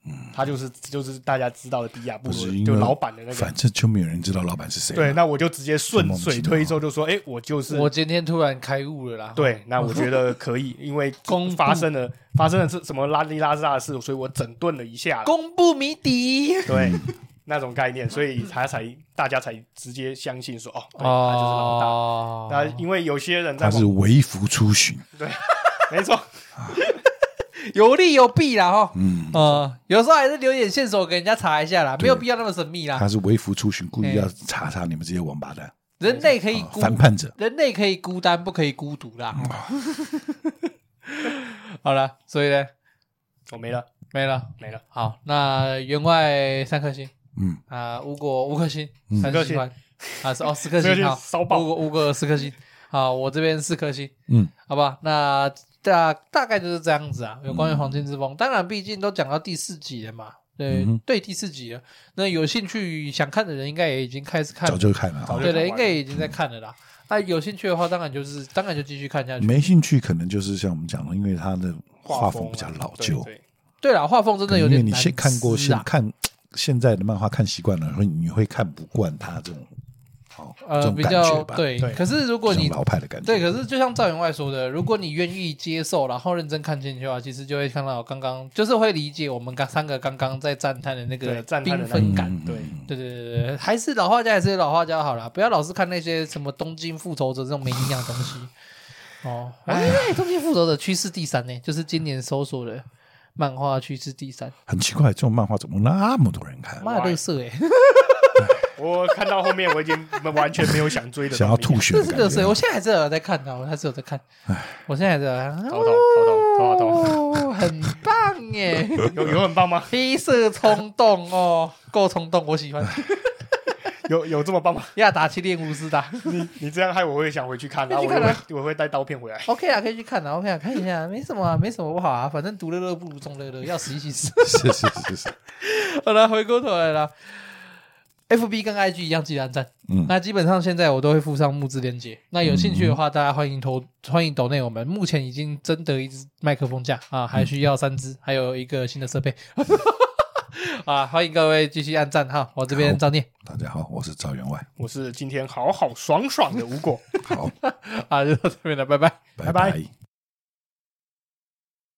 嗯，他就是就是大家知道的迪亚布
不是
罗，
因
就
为
老板的那个
反。啊正就没有人知道老板是谁嘛。
对，那我就直接顺水推
啊
舟，就说，哎、我就是
我今天突然开悟了啦，，
对，那我觉得可以，因为
公布
发生了发生了这什么拉里拉扎的事，所以我整顿了一下，
公布谜底，
对
嗯
那种概念，所以他才大家才直接相信说，哦，对，
哎
他就是老大。
哦，
那因为有些人
他
在
是
网，
微服出巡，
没错，
有利有弊啦，哈，嗯，呃，有时候还是留点线索给人家查一下啦，没有必要那么神秘啦
他，是微服出巡，故
啊哎
意要查查你们这些王八蛋、
人类可以
啊
孤，
反叛者。
人类可以孤单，不可以孤独啦。 好了，所以呢，
我没了
没了。
没了，
好，那员外三颗星
嗯，
啊，吴果五颗星，三
颗
喜
星
欢啊，是哦四颗
四
星，
颗星
好，
烧爆
吴果吴果四颗星，好，我这边四颗星，
嗯，
好吧，那大大概就是这样子啊，有关于黄金之风，当然毕竟都讲到第四集了嘛，对、
嗯嗯哼
对，第四集了，那有兴趣想看的人应该也已经哎开始看
早
了，
就看了啊
早，
对
就
了，
看完
应该也已经在看了啦。那有兴趣的话，当然就是当然就继续看下去。
没兴趣可能就是像我们讲的，因为他的画
风
风
啊
比较老
对
旧，
对
对了，画风真的有
因为
点
你
难
先看过
吃
现
啊，
看现在的漫画看习惯了，会你会看不惯他这种，好、这
呃，
种
比
感
较
觉吧，
对
对。
可是如
这
果
种
你
老派的感觉。
对，可是就像赵员外说的，如果你愿意接受，然后认真看进去的话，其实就会看到刚刚就是会理解我们刚三个刚刚在赞叹的那个
对赞叹的
缤
那
纷
个
感。
对
对对对对对，还是老画家，还是老画家好啦，不要老是看那些什么《东京复仇者》这种没营养的东 西。哦，哎，《东京复仇者》趋势第三呢，就是今年搜索的漫画趋势第三，
很奇怪，这种漫画怎么那么多人看？
妈的乐色哎，
我看到后面我已经完全没有想追的，
想要吐，血
这
的
是
感
乐色，
觉。
我现在还是有在看的，啊我还是有在看，我现在还是有在看
头痛头痛头痛，
哦，很棒耶！
有有很棒吗？
黑色冲动哦，够冲动，我喜欢。
有有这么棒吗？
亚达去练巫师的啊
你你这样害我会想回去看，然
回去
后我
看
会
啊
我会带刀片回来。
，OK 啊，可以去看啊，OK 啊，看一下，没什么啊，没什么不好啊，反正独乐乐不如众乐乐，要死一起死。
是是是是，
好了，回过头来了，FB 跟 IG 一样，记得按赞。
嗯
那基本上现在我都会附上募资链接，那有兴趣的话，大家欢迎
嗯
投，欢迎抖内我们。目前已经征得一支麦克风架
嗯
啊，还需要三支，还有一个新的设备。 啊，欢迎各位继续按赞哈，我这边
好
照念。
大家好，我是赵员外，
我是今天好好爽爽的无果。
好，
啊，就到这边了，拜拜。
拜
拜
拜
拜